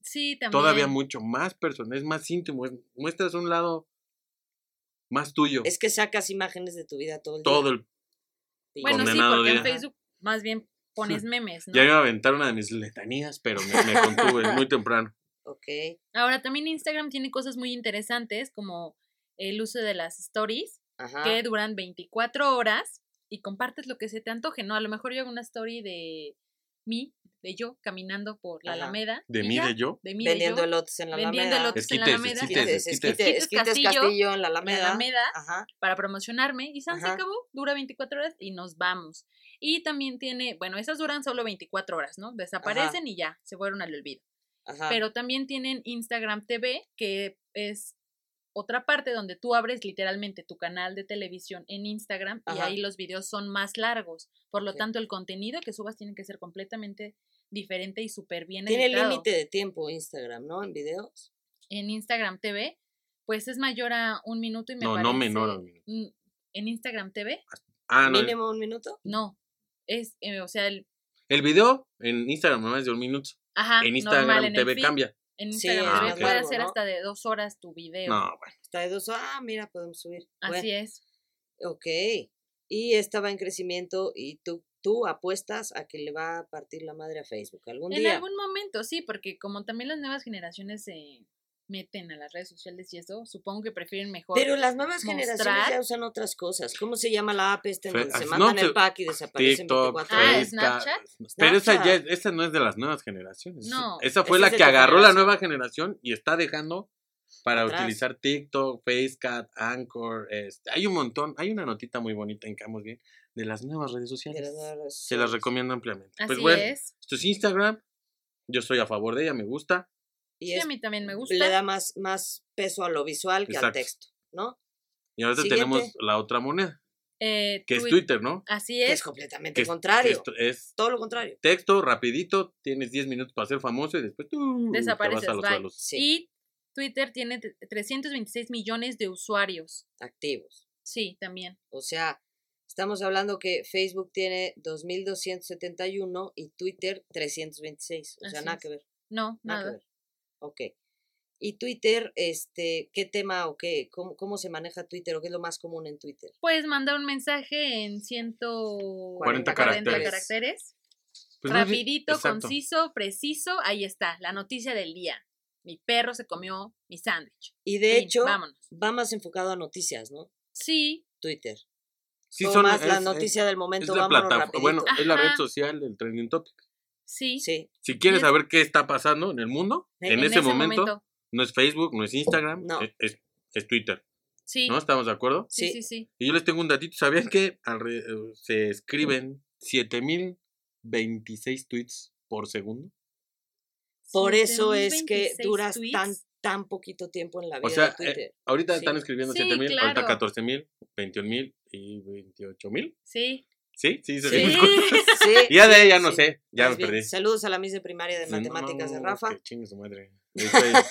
S3: Sí, también.
S2: todavía mucho más personal, es más íntimo, es- muestras un lado más tuyo.
S4: Es que sacas imágenes de tu vida todo el día.
S2: todo el
S4: Y-
S3: Bueno, sí,
S2: condenado
S3: porque en
S2: día.
S3: Facebook más bien
S2: [LAUGHS]
S3: pones memes, ¿no?
S2: Ya iba a aventar una de mis letanías, pero me, me contuve muy temprano.
S4: Ok.
S3: Ahora también Instagram tiene cosas muy interesantes como el uso de las stories
S4: Ajá.
S3: que duran 24 horas y compartes lo que se te antoje, ¿no? A lo mejor yo hago una story de mí, de yo, caminando por la
S4: Ajá.
S3: Alameda.
S2: De
S3: y
S2: mí,
S3: ya,
S2: de yo.
S3: de mí, de
S4: Vendiendo
S3: yo,
S4: elotes en la
S3: vendiendo
S4: Alameda.
S3: elotes en la
S2: Esquites,
S3: Alameda,
S2: esquites.
S4: Esquites, esquites,
S3: Esquites
S4: esquites
S3: Castillo.
S4: Castillo en la
S3: en la
S4: Alameda.
S3: Alameda
S4: Ajá.
S3: para promocionarme y San se
S4: Ajá.
S3: acabó, dura 24 horas y nos vamos. Y también tiene, bueno, esas duran solo 24 horas, ¿no? Desaparecen y ya, se fueron al olvido.
S4: Ajá.
S3: Pero también tienen Instagram TV, que es otra parte donde tú abres literalmente tu canal de televisión en Instagram y
S4: Ajá.
S3: ahí los videos son más largos. Por lo
S4: Ok.
S3: tanto, el contenido que subas tiene que ser completamente diferente y súper bien
S4: Tiene
S3: editado.
S4: límite de tiempo Instagram, ¿no? En videos.
S3: En Instagram TV, pues es mayor a un minuto y me
S2: No,
S3: parece...
S2: no menor a mí.
S3: Mm, ¿En Instagram TV?
S2: Ah, no. El,
S4: Mínimo un minuto.
S3: No. Es, eh, o sea, el...
S2: el video en Instagram nomás es de un minuto. en
S3: Ajá, Ah, normal,
S2: Instagram
S3: en el
S2: TV
S3: feed,
S2: cambia.
S3: En
S4: Sí,
S3: Instagram
S2: es
S3: TV
S2: más
S3: puede
S4: largo,
S3: ser
S4: ¿no?
S3: hasta de dos horas tu video.
S2: No, bueno.
S4: Está de dos. Ah, mira, podemos subir. Bueno,
S3: Así es.
S4: Ok. Y esta va en crecimiento y tú, tú apuestas a que le va a partir la madre a Facebook algún
S3: En
S4: día.
S3: algún momento, sí, porque como también las nuevas generaciones se meten a las redes sociales y eso, supongo que prefieren mejor.
S4: Pero las nuevas generaciones
S3: mostrar.
S4: ya usan otras cosas. ¿ómo se llama la app esta en
S2: Fe-
S4: donde se
S2: ah,
S4: mandan
S2: no,
S4: el
S2: se-
S4: pack y desaparecen
S2: TikTok,
S4: 24
S3: Ah,
S4: horas?
S2: Facebook.
S3: Snapchat.
S2: Pero esa, ya,
S4: Snapchat.
S2: esa no es de las nuevas generaciones.
S3: No.
S2: Esa fue
S4: Esa
S2: la
S4: es de
S2: que
S4: tu
S2: agarró la
S4: generación.
S2: nueva generación y está dejando para
S4: Atrás.
S2: utilizar TikTok, Facecat, Anchor. este, hay un montón. Hay una notita muy bonita en Camos Bien de las nuevas redes
S4: De
S2: sociales.
S4: las nuevas
S2: Se las
S4: redes.
S2: recomiendo ampliamente.
S3: Así
S2: pues bueno,
S3: es.
S2: esto es Instagram. Yo estoy a favor de ella, me gusta.
S4: Y
S3: Sí,
S4: es-
S3: a mí también me
S4: le
S3: gusta.
S4: da más, más peso a lo visual que al
S2: Exacto.
S4: texto, ¿no?
S2: Y ahorita
S4: Siguiente.
S2: tenemos la otra moneda,
S3: Eh,
S2: que es
S3: Twi-
S2: Twitter, ¿no?
S3: Así
S4: Que
S3: es.
S4: es completamente
S2: Que es-
S4: contrario.
S2: que es- es
S4: todo lo contrario.
S2: texto rapidito, tienes 10 minutos para ser famoso y después tú
S3: Desapareces,
S2: te vas a los
S3: bye.
S2: suelos.
S4: Sí,
S3: Y Twitter tiene tre- 326 millones de usuarios.
S4: activos.
S3: Sí, también.
S4: O sea, estamos hablando que Facebook tiene 2271 y Twitter 326. O sea,
S3: Así
S4: nada
S3: es.
S4: que ver,
S3: No,
S4: nada,
S3: nada.
S4: que ver. Ok. Y Twitter, este, ¿qué tema o qué? ¿Cómo, cómo se maneja Twitter o qué es lo más común en Twitter?
S3: Puedes mandar un mensaje en 140
S2: caracteres.
S3: caracteres.
S2: Pues no sé-
S3: Rapidito,
S2: exacto.
S3: conciso, preciso. Ahí está, la noticia del día. Mi perro se comió mi sándwich.
S4: Y de
S3: Fin,
S4: hecho,
S3: vámonos.
S4: va más enfocado a noticias, ¿no?
S3: Sí,
S4: Twitter.
S2: Sí,
S4: Son
S2: son-
S4: más la
S2: es-
S4: noticia del
S2: es
S4: momento,
S2: la
S4: vámonos
S2: plataforma,
S4: rapidito. Ah,
S2: bueno, es la red
S3: Ajá.
S2: social del trending topic.
S3: sí.
S4: sí,
S2: Si quieres
S3: Sí, es-
S2: saber qué está pasando en el mundo, en, ese, momento, no es Facebook, no es Instagram,
S4: No.
S2: es, es- es Twitter,
S3: Sí,
S2: ¿no? ¿Estamos de acuerdo?
S3: sí,
S4: Sí.
S3: sí, sí.
S2: Y yo les tengo un datito, ¿sabían que alre- eh, se escriben 7026 tweets por segundo?
S4: por eso es que
S3: 7,026
S4: duras
S3: tweets.
S2: [LAUGHS]
S4: tan, tan poquito tiempo en la vida
S2: O sea,
S4: de Twitter.
S2: eh, ahorita
S4: Sí.
S2: están escribiendo
S3: Sí,
S2: 7000, ahorita
S3: claro.
S2: 14000, 21000 y 28000.
S3: Sí.
S2: ¿Sí? Sí, se
S4: Sí.
S2: ven [LAUGHS]
S4: Sí,
S2: Ya de
S4: sí,
S2: ahí ya no
S4: sí.
S2: sé, ya
S4: Más
S2: me
S4: bien,
S2: perdí.
S4: Saludos a la misa de primaria de
S2: Sí, no,
S4: matemáticas de
S2: no,
S4: Rafa.
S2: que chingue su
S4: [LAUGHS]
S2: madre. Ahorita-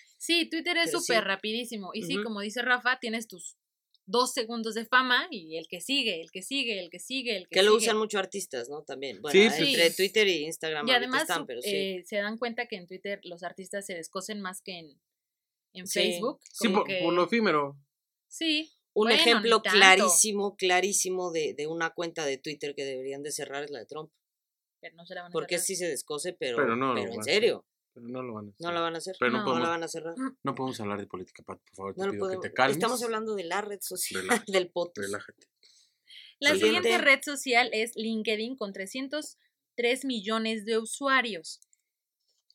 S3: [LAUGHS] Sí, Twitter es
S4: Pero sí.
S3: súper rapidísimo. Y sí,
S2: Ujú.
S3: como dice Rafa, tienes tus dos segundos de fama y el que sigue, el que sigue, el que sigue, el que,
S4: que lo
S3: sigue.
S4: usan mucho artistas, ¿no? También. Bueno, eh,
S2: Sí,
S3: sí.
S4: entre Twitter y Instagram
S3: Y
S4: ahorita
S3: además
S4: están,
S3: su-
S4: pero sí.
S3: eh, se dan cuenta que en Twitter los artistas se descosen más que en, en
S4: Sí.
S3: Facebook.
S2: Sí,
S3: como
S2: por,
S3: que-
S2: por lo efímero.
S3: sí,
S4: Un
S3: bueno,
S4: ejemplo
S3: ni tanto.
S4: clarísimo, clarísimo de, de una cuenta de Twitter que deberían de cerrar es la de Trump.
S3: pero Ah, no se la van a
S4: Porque
S3: cerrar.
S4: sí se descose, pero,
S2: Pero
S4: pero,
S2: no lo van a
S4: en
S2: hacer.
S4: serio,
S2: Pero no lo van a hacer.
S4: no la van a hacer.
S2: Pero
S3: no
S2: no,
S3: No.
S4: No
S2: podemos,
S4: la van a cerrar.
S2: no podemos hablar de política, Pat. Por favor, te
S4: No lo
S2: pido
S4: podemos.
S2: que te calmes.
S4: Estamos hablando de la red social, [LAUGHS]
S2: Relájate,
S4: del potus.
S2: Relájate.
S3: La
S2: Siguiente.
S3: siguiente red social es LinkedIn con 303 millones de usuarios.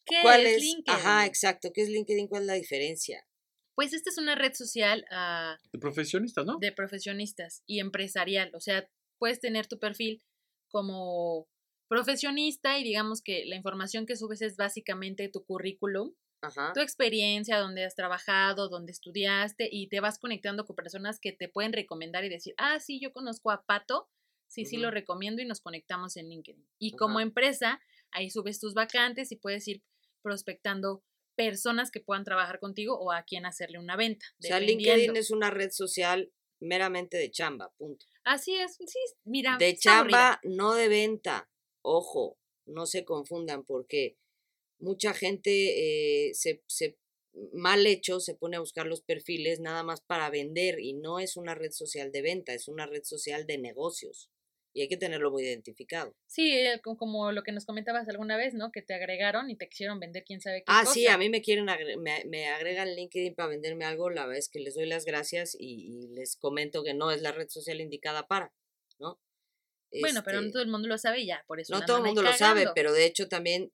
S3: ¿Qué
S4: ¿Cuál
S3: es,
S4: es?
S3: LinkedIn?
S4: Ajá, exacto. ¿Qué es LinkedIn? ¿Cuál es la diferencia?
S3: Pues esta es una red social ah,
S2: De profesionistas, ¿no?
S3: de profesionistas y empresarial. O sea, puedes tener tu perfil como profesionista y digamos que la información que subes es básicamente tu currículum,
S4: Ajá.
S3: tu experiencia, dónde has trabajado, dónde estudiaste y te vas conectando con personas que te pueden recomendar y decir, ah, sí, yo conozco a Pato, sí, sí, lo
S4: Ujú.
S3: recomiendo y nos conectamos en LinkedIn. Y como
S4: Ajá.
S3: empresa, ahí subes tus vacantes y puedes ir prospectando personas que puedan trabajar contigo o a quien hacerle una venta.
S4: O sea,
S3: dependiendo.
S4: LinkedIn es una red social meramente de chamba, punto.
S3: Así es, sí, mira.
S4: De
S3: Ah, está aburrida.
S4: chamba, no de venta. Ojo, no se confundan porque mucha gente eh, se, se- mal hecho se pone a buscar los perfiles nada más para vender y no es una red social de venta, es una red social de negocios. Y hay que tenerlo muy identificado.
S3: Sí, eh, co- como lo que nos comentabas alguna vez, ¿no? Que te agregaron y te quisieron vender quién sabe qué
S4: Ah,
S3: cosa.
S4: sí, a mí me quieren, agre- me, me agregan LinkedIn para venderme algo, la verdad es que les doy las gracias y, y les comento que no es la red social indicada para, ¿no?
S3: Bueno, pero
S4: Este,
S3: no todo el mundo lo sabe y ya, por eso
S4: No
S3: la
S4: todo el
S3: andan ahí
S4: mundo lo sabe,
S3: cagando.
S4: pero de hecho también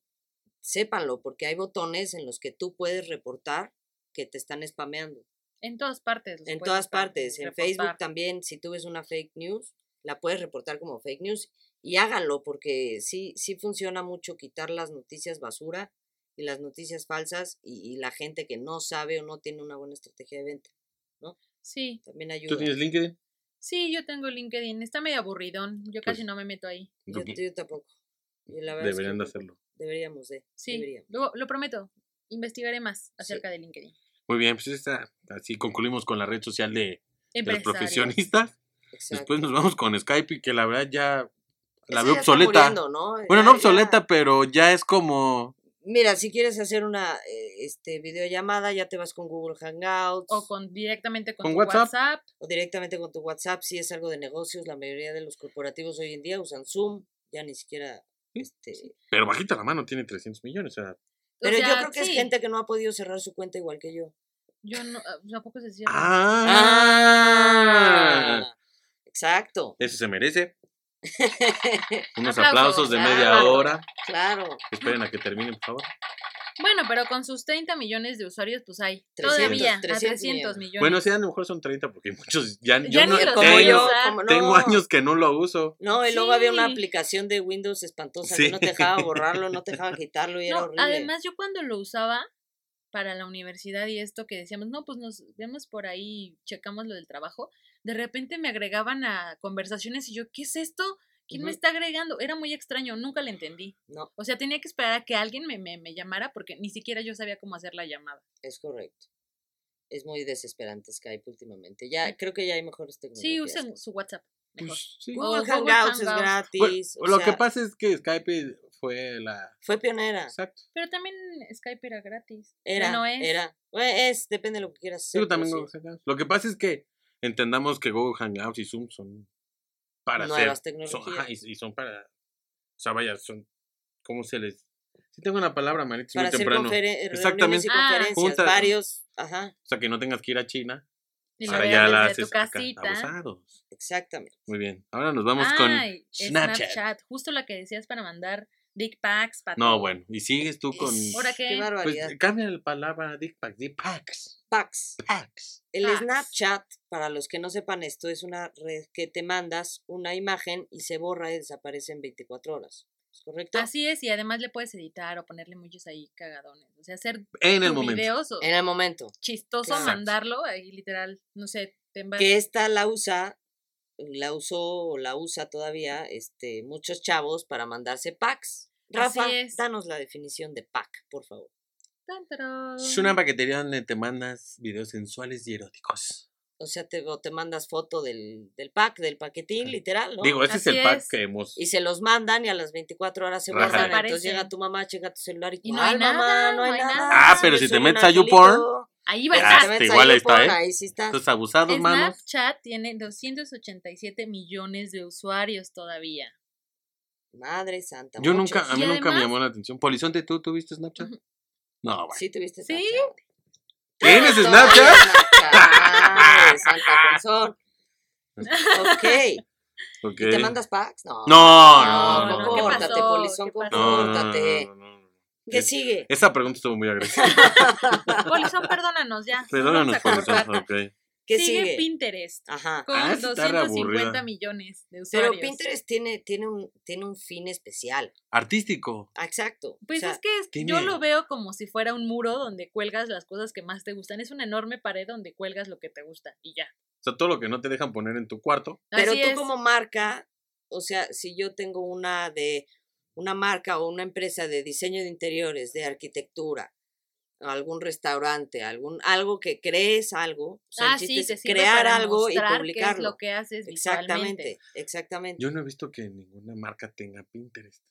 S4: sépanlo, porque hay botones en los que tú puedes reportar que te están spameando.
S3: En todas partes. los
S4: En
S3: puedes
S4: todas
S3: estar-
S4: partes, en
S3: reportar.
S4: Facebook también, si tú ves una fake news, la puedes reportar como fake news y háganlo, porque sí, sí funciona mucho quitar las noticias basura y las noticias falsas y, y la gente que no sabe o no tiene una buena estrategia de venta.
S3: Sí,
S4: También
S2: ¿Tú
S4: ayuda.
S2: tienes LinkedIn?
S3: sí, yo tengo LinkedIn. Está medio aburridón. Yo casi no me meto ahí.
S2: [LAUGHS]
S4: Yo, yo tampoco. Yo la verdad es que
S2: Deberían de
S4: tampoco.
S2: hacerlo.
S4: Deberíamos de.
S3: Sí,
S4: deberíamos.
S3: lo, lo prometo. Investigaré más acerca de LinkedIn.
S2: Muy bien, pues está, así concluimos con la red social de, de los
S3: Empresarios.
S2: profesionistas.
S4: Exacto.
S2: Después nos vamos con Skype, que la verdad ya la
S4: Esa
S2: veo
S4: ya está
S2: obsoleta.
S4: muriendo, ¿no?
S2: Bueno,
S4: Ya-
S2: no
S4: ya-
S2: obsoleta, pero ya es como...
S4: Mira, si quieres hacer una eh, este, videollamada, ya te vas con Google Hangouts.
S3: O con, directamente con,
S2: Con
S3: tu
S2: WhatsApp.
S3: WhatsApp.
S4: o directamente con tu WhatsApp, si es algo de negocios, la mayoría de los corporativos hoy en día usan Zoom, ya ni siquiera este,
S2: Pero bajita la mano, tiene 300 millones. O sea,
S3: O
S4: pero yo
S3: sea,
S4: creo que es
S3: sí,
S4: gente que no ha podido cerrar su cuenta igual que yo.
S3: Yo no, ah, tampoco se cierra.
S2: ¡Ah!
S4: Exacto.
S2: Eso se
S4: [LAUGHS]
S2: merece. Unos aplausos
S3: Aplausos,
S2: de
S4: bravo.
S2: media hora.
S4: Claro.
S2: Esperen a que terminen, por favor.
S3: Bueno, pero con sus 30 millones de usuarios, pues hay
S4: 300,
S3: todavía
S4: 300
S3: a 300 millones.
S2: Bueno, sí, a lo mejor son 30 porque [LAUGHS] muchos ya,
S3: Ya
S2: yo no
S3: ni los
S2: tengo,
S3: voy a usar.
S4: como
S2: tengo
S4: no.
S2: años que no lo uso.
S4: No, y luego había una
S3: Sí.
S4: aplicación de Windows espantosa
S2: Sí.
S4: que no te
S2: [LAUGHS]
S4: dejaba borrarlo, no te dejaba quitarlo y era
S3: No,
S4: horrible.
S3: además yo cuando lo usaba para la universidad y esto que decíamos, no, pues nos vemos por ahí, checamos lo del trabajo, de repente me agregaban a conversaciones y yo, ¿qué es esto? ¿Quién me
S4: Ujú.
S3: está agregando? Era muy extraño, nunca le entendí.
S4: No,
S3: O sea, tenía que esperar a que alguien me, me- me llamara porque ni siquiera yo sabía cómo hacer la llamada.
S4: es correcto. Es muy desesperante Skype últimamente. Ya, creo que ya hay mejores tecnologías.
S3: Sí, usen su WhatsApp. Mejor.
S2: Pues, sí.
S4: Google,
S3: Google
S4: Hangouts es
S3: Hangouts.
S4: gratis.
S2: Bueno, lo
S4: o sea, Ah,
S2: que pasa es que Skype fue la...
S4: Fue pionera.
S2: Exacto.
S3: Pero también Skype era gratis.
S4: Era,
S3: Bueno, es.
S4: era. Bueno, es, depende de lo que quieras hacer.
S2: Digo, también
S4: pero
S2: Google Hangouts. Lo que pasa es que entendamos que Google Hangouts y Zoom son para hacer...
S4: Nuevas
S2: son- ajá,
S4: tecnologías.
S2: y, y son para... O sea, vaya, son... ¿Cómo se les...? Sí tengo una palabra, manito, es
S4: para
S2: muy
S4: hacer
S2: temprano. O
S4: conferen- reuniones
S2: Exactamente.
S4: y
S3: Ah.
S4: conferencias.
S2: Juntas.
S4: Varios, ajá,
S2: sea, que no tengas que ir a China.
S3: Y lo
S2: Ahora
S3: veas
S2: ya la
S3: desde tu
S2: haces acá,
S3: casita.
S2: abusados.
S4: exactamente.
S2: Muy bien. Ahora nos vamos con...
S3: Ay,
S2: Snapchat.
S3: Justo la que decías para mandar dick packs. Para
S2: No,
S3: todo.
S2: bueno. Y sigues tú con...
S4: Es-
S3: Ahora
S4: qué
S3: que-
S2: Pues
S4: barbaridad.
S2: cambia la palabra dick pack, dick packs.
S4: Packs.
S2: Packs.
S4: El
S3: Packs.
S4: Snapchat, para los que no sepan esto, es una red que te mandas una imagen y se borra y desaparece en 24 horas. ¿Es correcto?
S3: Así es, y además le puedes editar o ponerle muchos ahí cagadones. O sea, hacer
S2: En el
S3: tus
S2: momento.
S3: videos o
S4: En el momento.
S3: chistoso,
S4: Eh, Claro.
S3: mandarlo ahí literal, no sé, te envas-
S4: Que esta la usa, la usó o la usa todavía este, muchos chavos para mandarse packs.
S3: Así
S4: Rafa,
S3: es.
S4: danos la definición de pack, por favor.
S3: Tan, tarán.
S2: Es una paquetería donde te mandas videos sensuales y eróticos.
S4: O sea, te, o te mandas foto del, del pack, del paquetín,
S2: Ajá.
S4: literal, ¿no?
S2: Digo, ese es
S3: Así
S2: el pack
S3: es.
S2: que hemos.
S4: y se los mandan y a las 24 horas se
S2: Rájale.
S4: borran. Entonces
S3: Desaparecen.
S4: llega tu mamá, checa tu celular y,
S3: Y no hay
S4: "¿Cuál, mamá?
S3: nada, Pues,
S4: no hay nada.
S2: Ah, pero
S4: Yo
S2: si te
S4: soy un
S2: metes a
S4: angelito".
S2: YouPorn,
S3: Ahí va a
S4: Pero
S2: Ah,
S4: si
S3: estar.
S4: te metes
S2: igual
S4: a
S2: ahí está,
S4: YouPorn,
S2: ¿eh?
S4: ahí sí está.
S2: Los abusados, manos.
S3: Snapchat tiene 287 millones de usuarios todavía.
S4: Madre santa.
S2: Yo
S4: muchos.
S2: nunca, a mí
S3: Y
S2: nunca me
S3: además-
S2: llamó la atención. Polizonte, ¿tú tuviste Snapchat?
S3: Ujú.
S2: No, vaya.
S4: Sí tuviste
S3: ¿Sí?
S4: Snapchat.
S2: ¿Tienes
S4: Todavía
S2: Snapchat? [LAUGHS]
S4: Snapchat. Madre santa corazón. Ok.
S2: Ok.
S4: ¿Y te mandas packs? No.
S2: No, no,
S4: No,
S2: no. no,
S3: ¿qué
S4: compórtate,
S3: pasó?
S4: polizón,
S3: ¿Qué pasó?
S2: No, no, no,
S4: compórtate.
S2: no, no, no.
S4: ¿Qué sigue?
S2: Esa pregunta estuvo muy agresiva.
S3: [LAUGHS] Polizón, perdónanos ya. nos
S2: Perdónanos,
S3: vamos a
S2: polizón.
S3: acordar.
S2: Ok.
S4: ¿Qué
S3: sigue,
S4: sigue?
S3: Pinterest
S4: Ajá.
S3: con
S2: Ah, esa está re
S3: 250
S2: aburrida.
S3: millones de usuarios.
S4: Pero Pinterest tiene, tiene, un, tiene un fin especial.
S2: Artístico.
S4: Ah, Exacto.
S3: Pues
S4: o sea,
S3: es que es-
S2: tiene-
S3: yo lo veo como si fuera un muro donde cuelgas las cosas que más te gustan. Es una enorme pared donde cuelgas lo que te gusta y ya.
S2: O sea, todo lo que no te dejan poner en tu cuarto.
S4: Pero
S3: Así
S4: tú
S3: es.
S4: como marca, o sea, si yo tengo una de una marca o una empresa de diseño de interiores, de arquitectura, algún restaurante, algún algo que crees algo, o sea, pues, el
S3: ah,
S4: chiste
S3: sí, te
S4: es
S3: sirve
S4: crear
S3: para
S4: algo y
S3: mostrar
S4: publicarlo.
S3: qué es lo que haces
S4: exactamente,
S3: visualmente.
S4: exactamente.
S2: Yo no he visto que ninguna marca tenga Pinterest.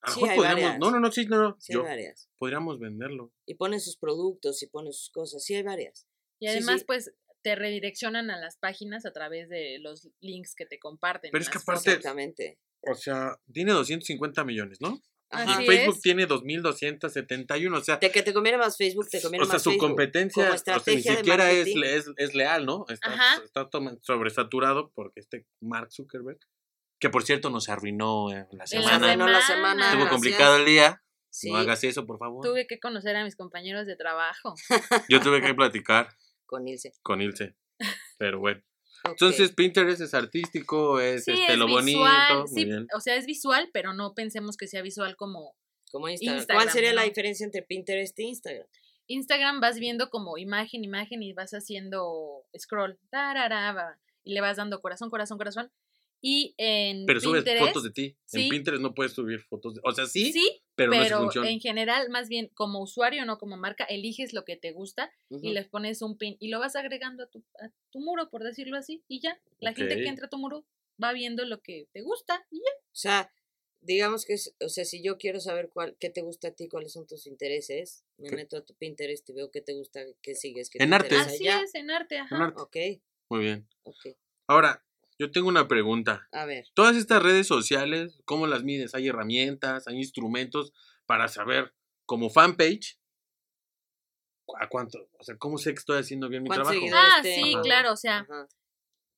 S2: A lo
S4: Sí,
S2: mejor
S4: hay
S2: podríamos-
S4: varias.
S2: No, no, no, sí, no, no.
S4: Sí
S2: Yo-
S4: hay varias.
S2: podríamos venderlo.
S4: Y ponen sus productos y ponen sus cosas, sí hay varias.
S3: Y
S4: Sí,
S3: además,
S4: sí.
S3: pues, te redireccionan a las páginas a través de los links que te comparten.
S2: Pero es
S3: en
S2: que
S3: las
S2: aparte-
S3: fotos.
S4: Exactamente.
S2: O sea, tiene 250 millones, ¿no?
S3: Así
S2: y
S4: Ajá.
S2: Facebook
S3: es.
S2: tiene 2.271. O sea,
S4: De que te conviene más Facebook, te conviene
S2: o sea
S4: más
S2: su
S4: Facebook.
S2: competencia
S4: como
S2: o sea, ni
S4: estrategia de
S2: siquiera es,
S4: marketing.
S2: le- es, es leal, ¿no? Está,
S3: Ajá.
S2: está toma- sobresaturado porque este Mark Zuckerberg, que por cierto nos arruinó eh, la
S3: En
S4: semana.
S2: semana.
S4: Arruinó la semana.
S2: Estuvo
S4: gracias.
S2: complicado el día.
S4: Sí,
S2: No hagas eso, por favor.
S3: Tuve que conocer a mis compañeros de trabajo.
S2: Yo tuve que platicar
S4: con Ilse.
S2: con
S3: [LAUGHS]
S2: Ilse. Pero bueno.
S4: Ok.
S2: Entonces, Pinterest es artístico, es
S3: Sí,
S2: este,
S3: es
S2: lo
S3: visual,
S2: bonito.
S3: sí,
S2: muy bien.
S3: o sea, es visual, pero no pensemos que sea visual como
S4: como Instagram.
S3: Instagram,
S4: ¿Cuál sería la
S3: ¿no?
S4: diferencia entre Pinterest e Instagram?
S3: Instagram vas viendo como imagen, imagen y vas haciendo scroll, tararaba, y le vas dando corazón, corazón, corazón. Y en
S2: Pero subes
S3: Pinterest,
S2: fotos de ti. En
S3: sí.
S2: Pinterest no puedes subir fotos. de- O sea, sí,
S3: sí,
S2: pero, no es su
S3: pero,
S2: función.
S3: en general, más bien como usuario, no como marca, eliges lo que te gusta
S4: Ujú.
S3: y les pones un pin y lo vas agregando a tu, a tu muro, por decirlo así, y ya. La gente
S2: Ok.
S3: que entra a tu muro va viendo lo que te gusta y ya.
S4: O sea, digamos que, es- o sea, si yo quiero saber cuál, qué te gusta a ti, cuáles son tus intereses, me
S2: ¿Qué?
S4: meto a tu Pinterest y veo qué te gusta, qué sigues, qué
S2: En
S4: te
S2: arte.
S4: interesa
S3: Así
S4: ya.
S3: es, en arte, ajá.
S2: Un arte.
S4: Ok,
S2: Muy bien.
S4: ok.
S2: Ahora, yo tengo una pregunta.
S4: A ver,
S2: Todas estas redes sociales, ¿cómo las mides? ¿Hay herramientas, hay instrumentos para saber, como fanpage, a cuánto? O sea, ¿cómo sé que estoy haciendo bien mi
S4: ¿Cuántos
S2: trabajo?
S4: seguidores?
S3: Ah,
S4: este-
S3: sí,
S2: Ajá.
S3: claro, o sea,
S4: ajá.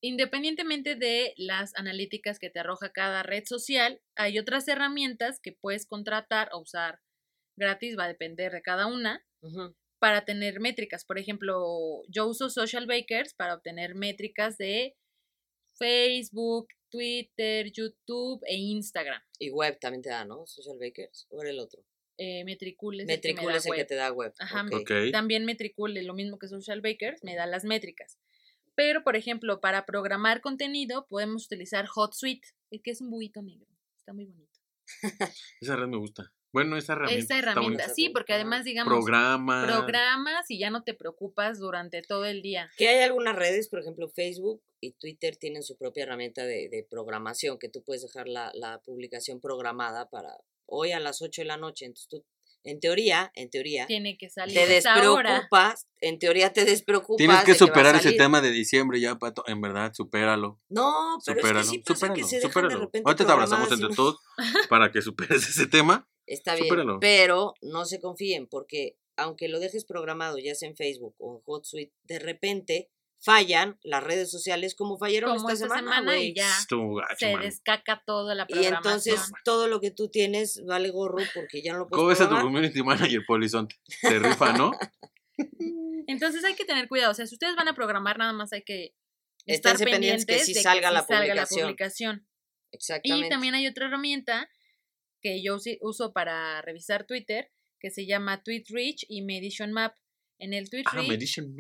S3: independientemente de las analíticas que te arroja cada red social, hay otras herramientas que puedes contratar o usar gratis, va a depender de cada una,
S4: ujú.
S3: para tener métricas. Por ejemplo, yo uso Social Bakers para obtener métricas de Facebook, Twitter, YouTube e Instagram.
S4: Y web también te da, ¿no? Social Bakers. ¿O era el otro?
S3: Eh, Metricool es el que me
S4: Metricool
S3: da
S4: es el que
S3: web.
S4: te da web.
S3: Ajá,
S4: ok.
S2: Ok.
S3: También Metricool, lo mismo que Social Bakers, me da las métricas. Pero, por ejemplo, para programar contenido podemos utilizar HotSuite, el que es un buguito negro. Está muy bonito.
S2: Esa red me gusta. Bueno, esa herramienta.
S3: Esta
S2: está
S3: herramienta,
S2: bonita.
S3: sí, porque
S4: Ajá.
S3: además, digamos,
S2: Programa.
S3: programas y ya no te preocupas durante todo el día.
S4: Que hay algunas redes, por ejemplo, Facebook y Twitter tienen su propia herramienta de, de programación, que tú puedes dejar la, la publicación programada para hoy a las 8 de la noche. Entonces tú, en teoría, en teoría,
S3: Tiene que salir
S4: te
S3: a esa hora.
S4: despreocupas, en teoría te despreocupas.
S2: Tienes que
S4: de va a
S2: superar ese
S4: salir.
S2: tema de diciembre ya, Pato. En verdad, supéralo.
S4: No, pero
S2: supéralo.
S4: es que sí pasa
S2: supéralo.
S4: que se dejan de
S2: supéralo.
S4: repente
S2: Ahorita te abrazamos
S4: programadas y
S2: entre
S4: no-
S2: todos para que superes ese
S4: [LAUGHS]
S2: tema.
S4: Está bien,
S2: Supéralo.
S4: pero no se confíen porque aunque lo dejes programado ya sea en Facebook o en HotSuite, de repente fallan las redes sociales como fallaron
S3: Como
S4: esta, semana, güey.
S3: y ya
S2: Estuvo gacho,
S3: se
S2: mano.
S3: descaca toda la
S4: Ah, Y
S3: programación.
S4: entonces todo lo que tú tienes vale gorro porque ya no lo puedes
S2: ¿Cómo ves a tu
S4: pues, programar.
S2: community manager,
S4: [LAUGHS]
S2: Polizonte? Se rifa, ¿no?
S3: Entonces hay que tener cuidado. O sea, si ustedes van a programar, nada más hay que estar
S4: Esténse pendientes
S3: pendientes
S4: que sí
S3: de que
S4: salga la
S3: sí salga la
S4: publicación.
S3: publicación.
S4: Exactamente.
S3: Y también hay otra herramienta que yo usi- uso para revisar Twitter que se llama TweetReach y Medition Map. En el
S2: Ah, me
S3: TweetReach
S2: dicen.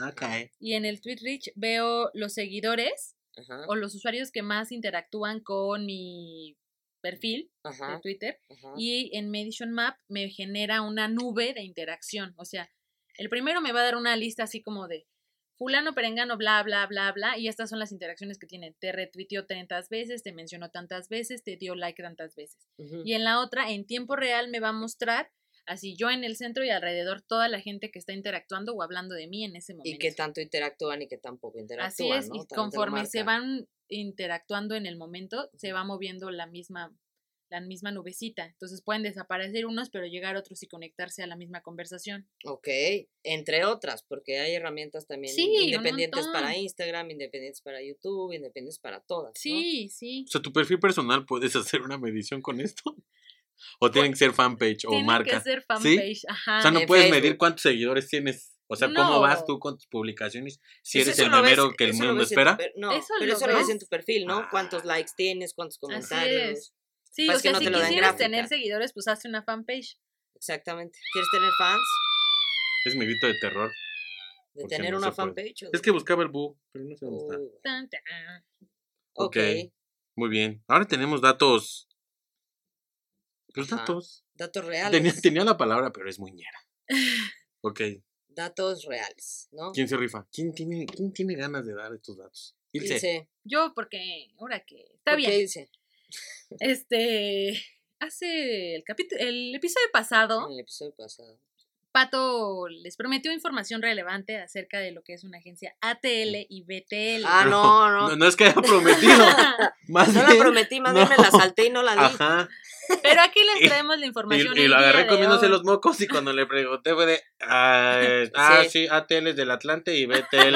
S2: Ah, cae.
S3: y en el TweetReach veo los seguidores
S4: Ajá,
S3: o los usuarios que más interactúan con mi perfil de
S4: ajá,
S3: Twitter
S4: ajá.
S3: y en Medition Map me genera una nube de interacción. O sea, el primero me va a dar una lista así como de fulano, perengano, bla, bla, bla, bla, y estas son las interacciones que tienen. Te retuiteó tantas veces, te mencionó tantas veces, te dio like tantas veces.
S4: ujú.
S3: Y en la otra, en tiempo real, me va a mostrar así yo en el centro y alrededor toda la gente que está interactuando o hablando de mí en ese momento.
S4: Y que tanto interactúan y que tampoco
S3: así
S4: interactúan.
S3: es,
S4: ¿no?
S3: y
S4: También te lo
S3: conforme se
S4: marcan.
S3: van interactuando en el momento, se va moviendo la misma la misma nubecita. Entonces pueden desaparecer unos, pero llegar otros y conectarse a la misma conversación.
S4: Ok, entre otras, porque hay herramientas también
S3: Sí, un
S4: independientes para
S3: montón.
S4: Instagram, independientes para YouTube, independientes para todas. ¿no?
S3: Sí, sí.
S2: O sea, tu perfil personal, ¿puedes hacer una medición con esto? [LAUGHS]
S4: Pues,
S2: ¿O tienen que ser fanpage o
S3: Tienen que
S2: marca?
S3: ser
S2: ¿Sí?
S3: fanpage, ajá.
S2: O sea, no
S4: de
S2: puedes medir
S4: Facebook.
S2: cuántos seguidores tienes. O sea, ¿cómo vas
S3: No.
S2: tú con tus publicaciones si
S4: Pues
S2: eres
S4: eso
S2: el
S4: lo ves-
S2: primero que el
S4: eso lo
S2: mundo
S4: ves en tu
S2: espera?
S4: per- no,
S3: Eso
S4: pero
S3: lo
S4: eso lo ves
S3: ves.
S4: en tu perfil, ¿no? ¿Cuántos
S2: Ah.
S4: likes tienes? ¿Cuántos comentarios?
S3: es. Sí, o
S4: Pues que
S3: sea,
S4: no
S3: si
S4: te lo dan
S3: quisieras
S4: gráfica.
S3: tener seguidores, pues hazte una fanpage.
S4: Exactamente. ¿Quieres tener fans?
S2: Es mi grito de terror.
S4: ¿De
S2: Porque
S4: tener
S2: no
S4: una
S2: se puede.
S4: fanpage? o
S2: Es
S4: de-
S2: que buscaba el bu, pero no sé dónde está.
S4: Uh,
S3: Tan, tan.
S2: Ok.
S4: ok,
S2: Muy bien. Ahora tenemos datos. Los
S4: Ajá.
S2: datos.
S4: datos
S2: Tenía,
S4: reales.
S2: tenía la palabra, pero es
S4: [LAUGHS]
S2: muñera. Ok.
S4: Datos reales, ¿no?
S2: ¿Quién se rifa? ¿Quién tiene, ¿Quién tiene ganas de dar estos datos? Ilse.
S4: Ilse,
S3: Yo, porque, ahora que. Está
S4: ¿por qué
S3: bien.
S4: Ilse?
S3: Este. Hace el capítulo. El episodio
S2: [LAUGHS]
S3: pasado
S4: En el episodio pasado.
S3: Pato les prometió información relevante acerca de lo que es una agencia ATL y BTL.
S4: Ah,
S2: Pero
S4: no, no.
S2: No, es que haya
S4: [LAUGHS]
S2: prometido. Más
S4: No la
S2: bien-
S4: prometí, más bien me
S2: no.
S4: la salté y no la di.
S2: Ajá.
S3: Pero aquí les
S4: [LAUGHS]
S2: Y-
S3: traemos la
S2: Y,
S3: información.
S2: y
S3: el
S2: lo
S3: día
S2: agarré
S3: de
S2: comiéndose
S3: hoy.
S2: los mocos y cuando le pregunté fue de,
S4: [LAUGHS]
S2: "Ay, ah,
S4: Sí.
S2: sí, ATL es del Atlante y
S4: [LAUGHS]
S2: BTL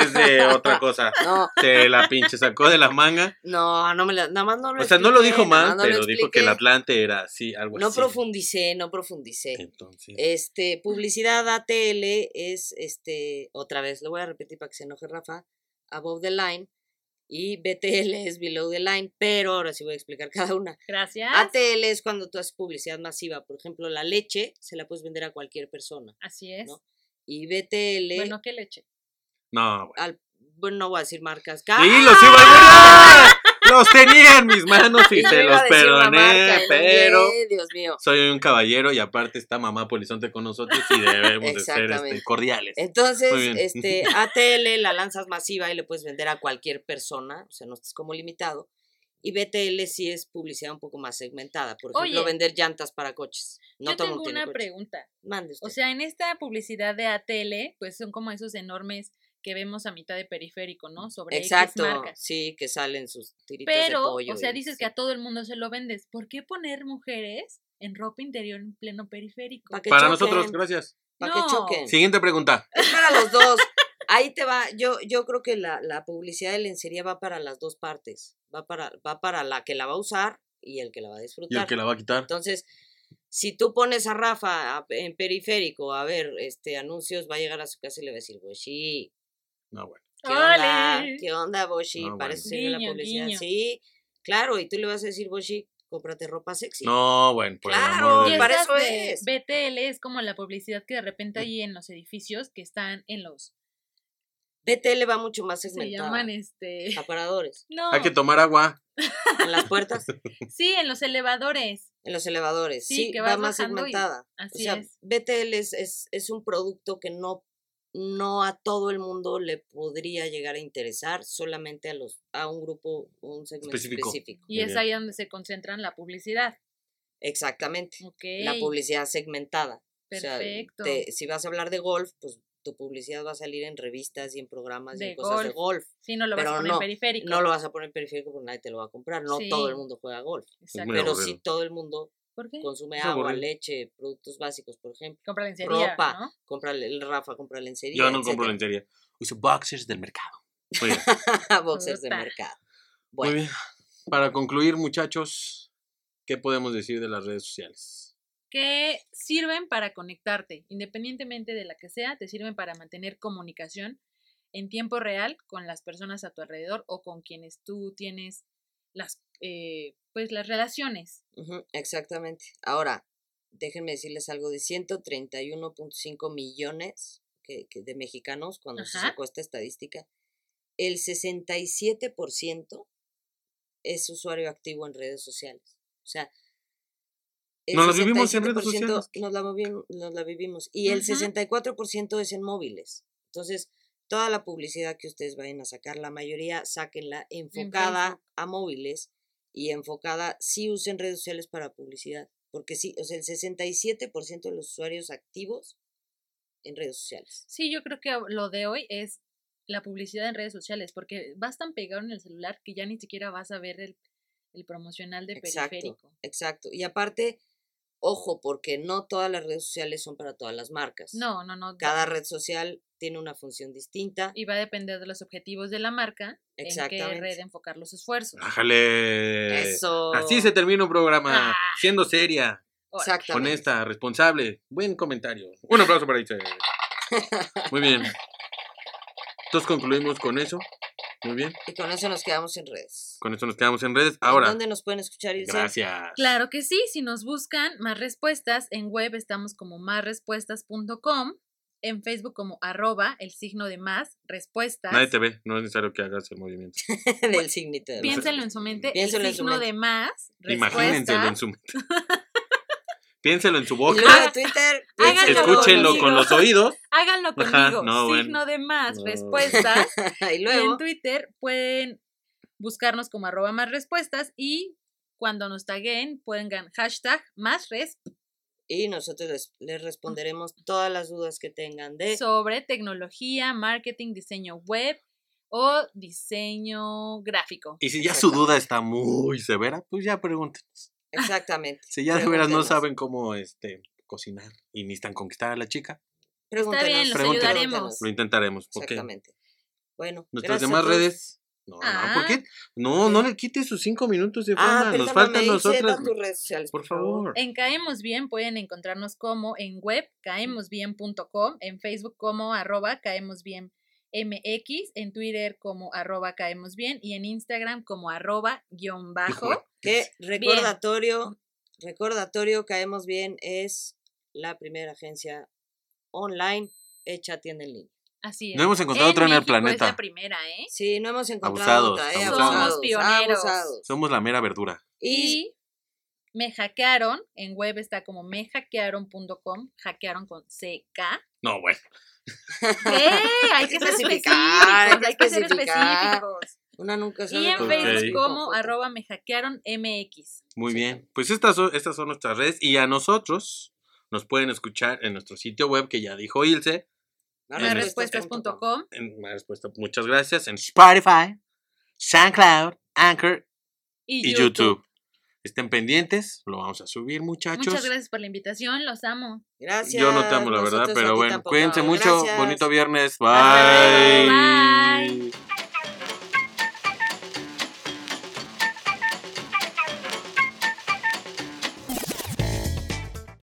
S2: es de otra cosa.
S4: No,
S2: Se la pinche sacó de la manga.
S4: no, no me la, nada más no lo
S2: O sea, no lo
S4: expliqué,
S2: dijo
S4: nada
S2: mal,
S4: más no lo
S2: pero dijo que
S4: expliqué.
S2: el Atlante era así, algo
S4: No
S2: así.
S4: profundicé, no profundicé.
S2: Entonces,
S4: Este, publicidad ATL es, este, otra vez, lo voy a repetir para que se enoje Rafa, above the line, y BTL es below the line, pero ahora sí voy a explicar [LAUGHS] cada una.
S3: Gracias.
S4: ATL es cuando tú haces publicidad masiva, por ejemplo, la leche se la puedes vender a cualquier persona,
S3: Así es.
S4: ¿no? y BTL, bueno,
S3: Bueno, qué leche.
S2: no, güey.
S4: al, bueno no voy a decir marcas, ¡Ah!
S2: Y los iba a burlar. Los tenía en mis manos
S4: [LAUGHS]
S2: y
S4: yo
S2: se
S4: iba
S2: los
S4: a decir una marca
S2: perdoné,
S4: y la
S2: pero
S4: odié, Dios mío.
S2: soy un caballero y aparte está mamá Polizonte con nosotros y debemos de ser este,
S4: Exactamente.
S2: cordiales. Muy
S4: Entonces,
S2: bien.
S3: [LAUGHS]
S4: este, ATL la lanzas masiva y le puedes vender a cualquier persona, o sea, no estás como limitado. Y BTL sí es publicidad un poco más segmentada, por ejemplo,
S3: Oye.
S4: vender llantas para coches. No
S3: Yo
S4: todo el
S3: tengo
S4: mundo tiene
S3: una
S4: coche.
S3: pregunta.
S4: Mande usted.
S3: O sea, en esta publicidad de ATL, pues son como esos enormes que vemos a mitad de periférico, ¿no? Sobre
S4: exacto,
S3: X marcas.
S4: sí, que salen sus tiritas de
S3: Pero,
S4: pollo.
S3: o sea,
S4: y-
S3: dices que a todo el mundo se lo vendes. ¿Por qué poner mujeres en ropa interior en pleno periférico?
S4: Pa' que
S2: Para
S4: choquen,
S2: nosotros, gracias.
S4: pa' que
S3: No.
S4: choquen.
S2: Siguiente pregunta.
S4: Es para los dos. Ahí te va. Yo, yo creo que la, la publicidad de lencería va para las dos partes. Va para, va para la que la va a usar y el que la va a disfrutar.
S2: Y el que la va a quitar.
S4: Entonces, si tú pones a Rafa a- en periférico a ver este anuncios, va a llegar a su casa y le va a decir, Boshi,
S2: No, bueno.
S4: ¿qué onda?
S3: ¡Ole!
S4: ¿Qué onda, Boshi?
S2: No,
S4: Para
S2: bueno.
S4: eso sirve la
S3: Guiño,
S4: publicidad.
S3: guiño.
S4: Sí, claro, y tú le vas a decir, Boshi, cómprate ropa sexy.
S2: No, bueno, por el
S4: Claro,
S2: amor de
S3: Y
S2: Dios.
S4: para
S3: estas
S4: eso
S3: de
S4: es. Mm.
S3: BTL es como la publicidad que de repente hay en los edificios que están en los.
S4: BTL va mucho más
S3: Se
S4: segmentada. Ah.
S3: llaman este.
S4: Aparadores.
S3: [LAUGHS] No.
S2: Hay que tomar agua.
S4: En las puertas,
S3: Sí, en los elevadores.
S4: en los elevadores.
S3: Sí,
S4: Sí,
S3: que
S4: va
S3: vas
S4: más
S3: bajando y-
S4: segmentada.
S3: Así
S4: o sea,
S3: es.
S4: BTL es, es, es un producto que no, no a todo el mundo le podría llegar a interesar, solamente a los, a un grupo, un segmento
S2: Específico.
S4: específico.
S3: Y
S2: Muy
S3: es
S2: bien.
S3: ahí donde se concentran la publicidad.
S4: Exactamente.
S3: Ok.
S4: La publicidad segmentada. O sea,
S3: Perfecto.
S4: te- si vas a hablar de golf, pues tu publicidad va a salir en revistas y en programas y
S3: De
S4: en cosas de golf.
S3: Sí, no lo vas a
S4: Pero
S3: poner
S4: no,
S3: en periférico.
S4: No lo vas a poner en periférico porque nadie te lo va a comprar. No todo el
S3: Sí.
S4: mundo juega golf.
S3: Exacto.
S2: Muy
S4: Pero
S2: aburrido.
S4: sí todo el mundo
S3: ¿Por qué?
S4: consume
S2: Es
S4: agua,
S2: aburrido.
S4: leche, productos básicos, por ejemplo.
S3: Compra lencería,
S4: Ropa.
S3: ¿no?
S4: Compra el Rafa, compra lencería.
S2: Yo no compro
S4: [LAUGHS] etcétera.
S2: lencería. Uso boxers del mercado. Muy bien.
S4: boxers de
S3: Puta.
S4: mercado.
S2: Muy
S4: Bueno,
S2: bien. Para concluir, muchachos, ¿qué podemos decir de las redes sociales?
S3: Que sirven para conectarte, independientemente de la que sea, te sirven para mantener comunicación en tiempo real con las personas a tu alrededor o con quienes tú tienes las, eh, pues, las relaciones.
S4: ujú, exactamente. Ahora, déjenme decirles algo de 131.5 millones que- que de mexicanos cuando se
S3: Ajá.
S4: sacó esta estadística. El 67% es usuario activo en redes sociales. O sea, el
S2: Nos la vivimos en redes
S4: 67%
S2: sociales.
S4: Nos la, movi- nos la vivimos. Y el
S3: Ujú.
S4: 64% es en móviles. Entonces, toda la publicidad que ustedes vayan a sacar, la mayoría sáquenla enfocada a móviles y enfocada, sí usen redes sociales para publicidad, porque sí, o sea, el 67% de los usuarios activos en redes sociales.
S3: Sí, yo creo que lo de hoy es la publicidad en redes sociales, porque vas tan pegado en el celular que ya ni siquiera vas a ver el, el promocional de
S4: Exacto.
S3: periférico.
S4: Exacto. Y aparte, ojo, porque no todas las redes sociales son para todas las marcas.
S3: No, no, no.
S4: Cada red social tiene una función distinta.
S3: y va a depender de los objetivos de la marca en qué
S4: Exactamente. Ah,
S3: red enfocar los esfuerzos.
S2: ¡Ájale!
S4: Eso.
S2: Eh, Así se termina un programa.
S3: Ah.
S2: Siendo seria,
S3: Órale.
S4: Exactamente.
S2: honesta, responsable. Buen comentario. Un aplauso para Itzel. Muy bien. Entonces concluimos con eso. Muy bien.
S4: Y con eso nos quedamos en redes.
S2: Con eso nos quedamos en redes.
S4: ¿En
S2: Ahora,
S4: ¿Dónde nos pueden escuchar, Ilse?
S2: gracias.
S3: Claro que sí, si nos buscan más respuestas, en web estamos como másrespuestas.com, en Facebook como arroba el signo de más respuestas.
S2: Nadie te ve, no es necesario que hagas el movimiento.
S4: [LAUGHS] Del signito de más.
S3: Piénsenlo en su mente,
S4: Piénsenlo
S3: el
S4: en su
S3: signo
S4: mente.
S3: de más
S2: Imagínenselo en
S3: respuestas.
S2: su [LAUGHS] Piénselo en su
S4: Y
S2: boca.
S4: luego de Twitter.
S3: Háganlo
S4: piénsenlo con
S2: Escúchenlo
S4: los
S2: con los oídos.
S3: Háganlo
S2: Ajá,
S3: conmigo,
S2: no, bueno.
S3: signo de más
S2: No. [LAUGHS]
S3: respuestas.
S4: ojos. [LAUGHS] Y
S3: y en
S4: luego.
S3: Twitter pueden buscarnos como arroba más respuestas y cuando nos taguen pueden gan hashtag más res
S4: y nosotros les,
S3: Ah.
S4: les responderemos todas las dudas que tengan
S2: Eh.
S3: [LAUGHS]
S4: de
S3: sobre tecnología, marketing, diseño web o diseño gráfico.
S2: Y si ya su duda está muy severa, pues ya pregúntenos.
S4: exactamente.
S2: Si ya de veras no
S4: Pregúntenos.
S2: saben cómo este, cocinar y necesitan conquistar a la chica,
S4: Pregúntenos,
S3: Está bien, los
S4: pregúntenos.
S3: ayudaremos.
S2: lo intentaremos. ¿Por qué?
S4: Exactamente. Bueno,
S2: Nuestras
S4: gracias a
S2: demás
S4: todos.
S2: redes. No,
S3: Ah.
S2: no, ¿por qué? No, no le quite sus cinco minutos de fama.
S4: Ah,
S2: Nos
S4: perdóname,
S2: faltan
S4: Ilse,
S2: nosotras.
S4: da tus redes sociales,
S2: Por favor.
S3: En Caemos Bien pueden encontrarnos como en web caemosbien.com, en Facebook como arroba caemosbienmx, en Twitter como arroba caemosbien y en Instagram como arroba guión bajo.
S2: Híjole.
S4: Que recordatorio, recordatorio, caemos bien, es la primera agencia online hecha tienda en línea.
S3: Así es.
S2: No hemos encontrado otra en el
S3: México
S2: planeta.
S3: Es la primera, ¿eh?
S4: Sí, no hemos encontrado
S2: Abusados,
S4: otra, ¿eh?
S2: abusados. Somos
S3: pioneros.
S4: abusados.
S2: Somos la mera verdura.
S4: Y,
S3: Y me hackearon, en web está como mehackearon.com, hackearon con [LAUGHS] CK.
S2: No, bueno.
S3: ¿Qué? Hay que ser específicos,
S4: especificar, hay que
S3: hay que ser
S4: especificar.
S3: específicos.
S4: una nunca sabe.
S3: Y en
S2: Ok.
S4: cuándo
S3: Facebook
S4: nos
S3: como
S4: toca.
S3: arroba me hackearon MX.
S2: Muy bien. Pues estas son, estas son nuestras redes. Y a nosotros nos pueden escuchar en nuestro sitio web que ya dijo Ilse.
S4: No,
S2: En este
S3: Respuestas.com.
S2: En la respuesta, muchas gracias. En Spotify, SoundCloud, Anchor
S3: Y,
S2: y
S3: YouTube.
S2: YouTube. Estén pendientes. Lo vamos a subir, muchachos.
S3: Muchas gracias por la invitación, los amo.
S4: Gracias.
S2: Yo no te amo, la verdad,
S4: nosotros a
S2: pero
S4: ti
S2: bueno.
S4: tampoco.
S2: Cuídense mucho.
S4: Gracias.
S2: Bonito viernes.
S3: Hasta luego. Bye.
S2: Bye.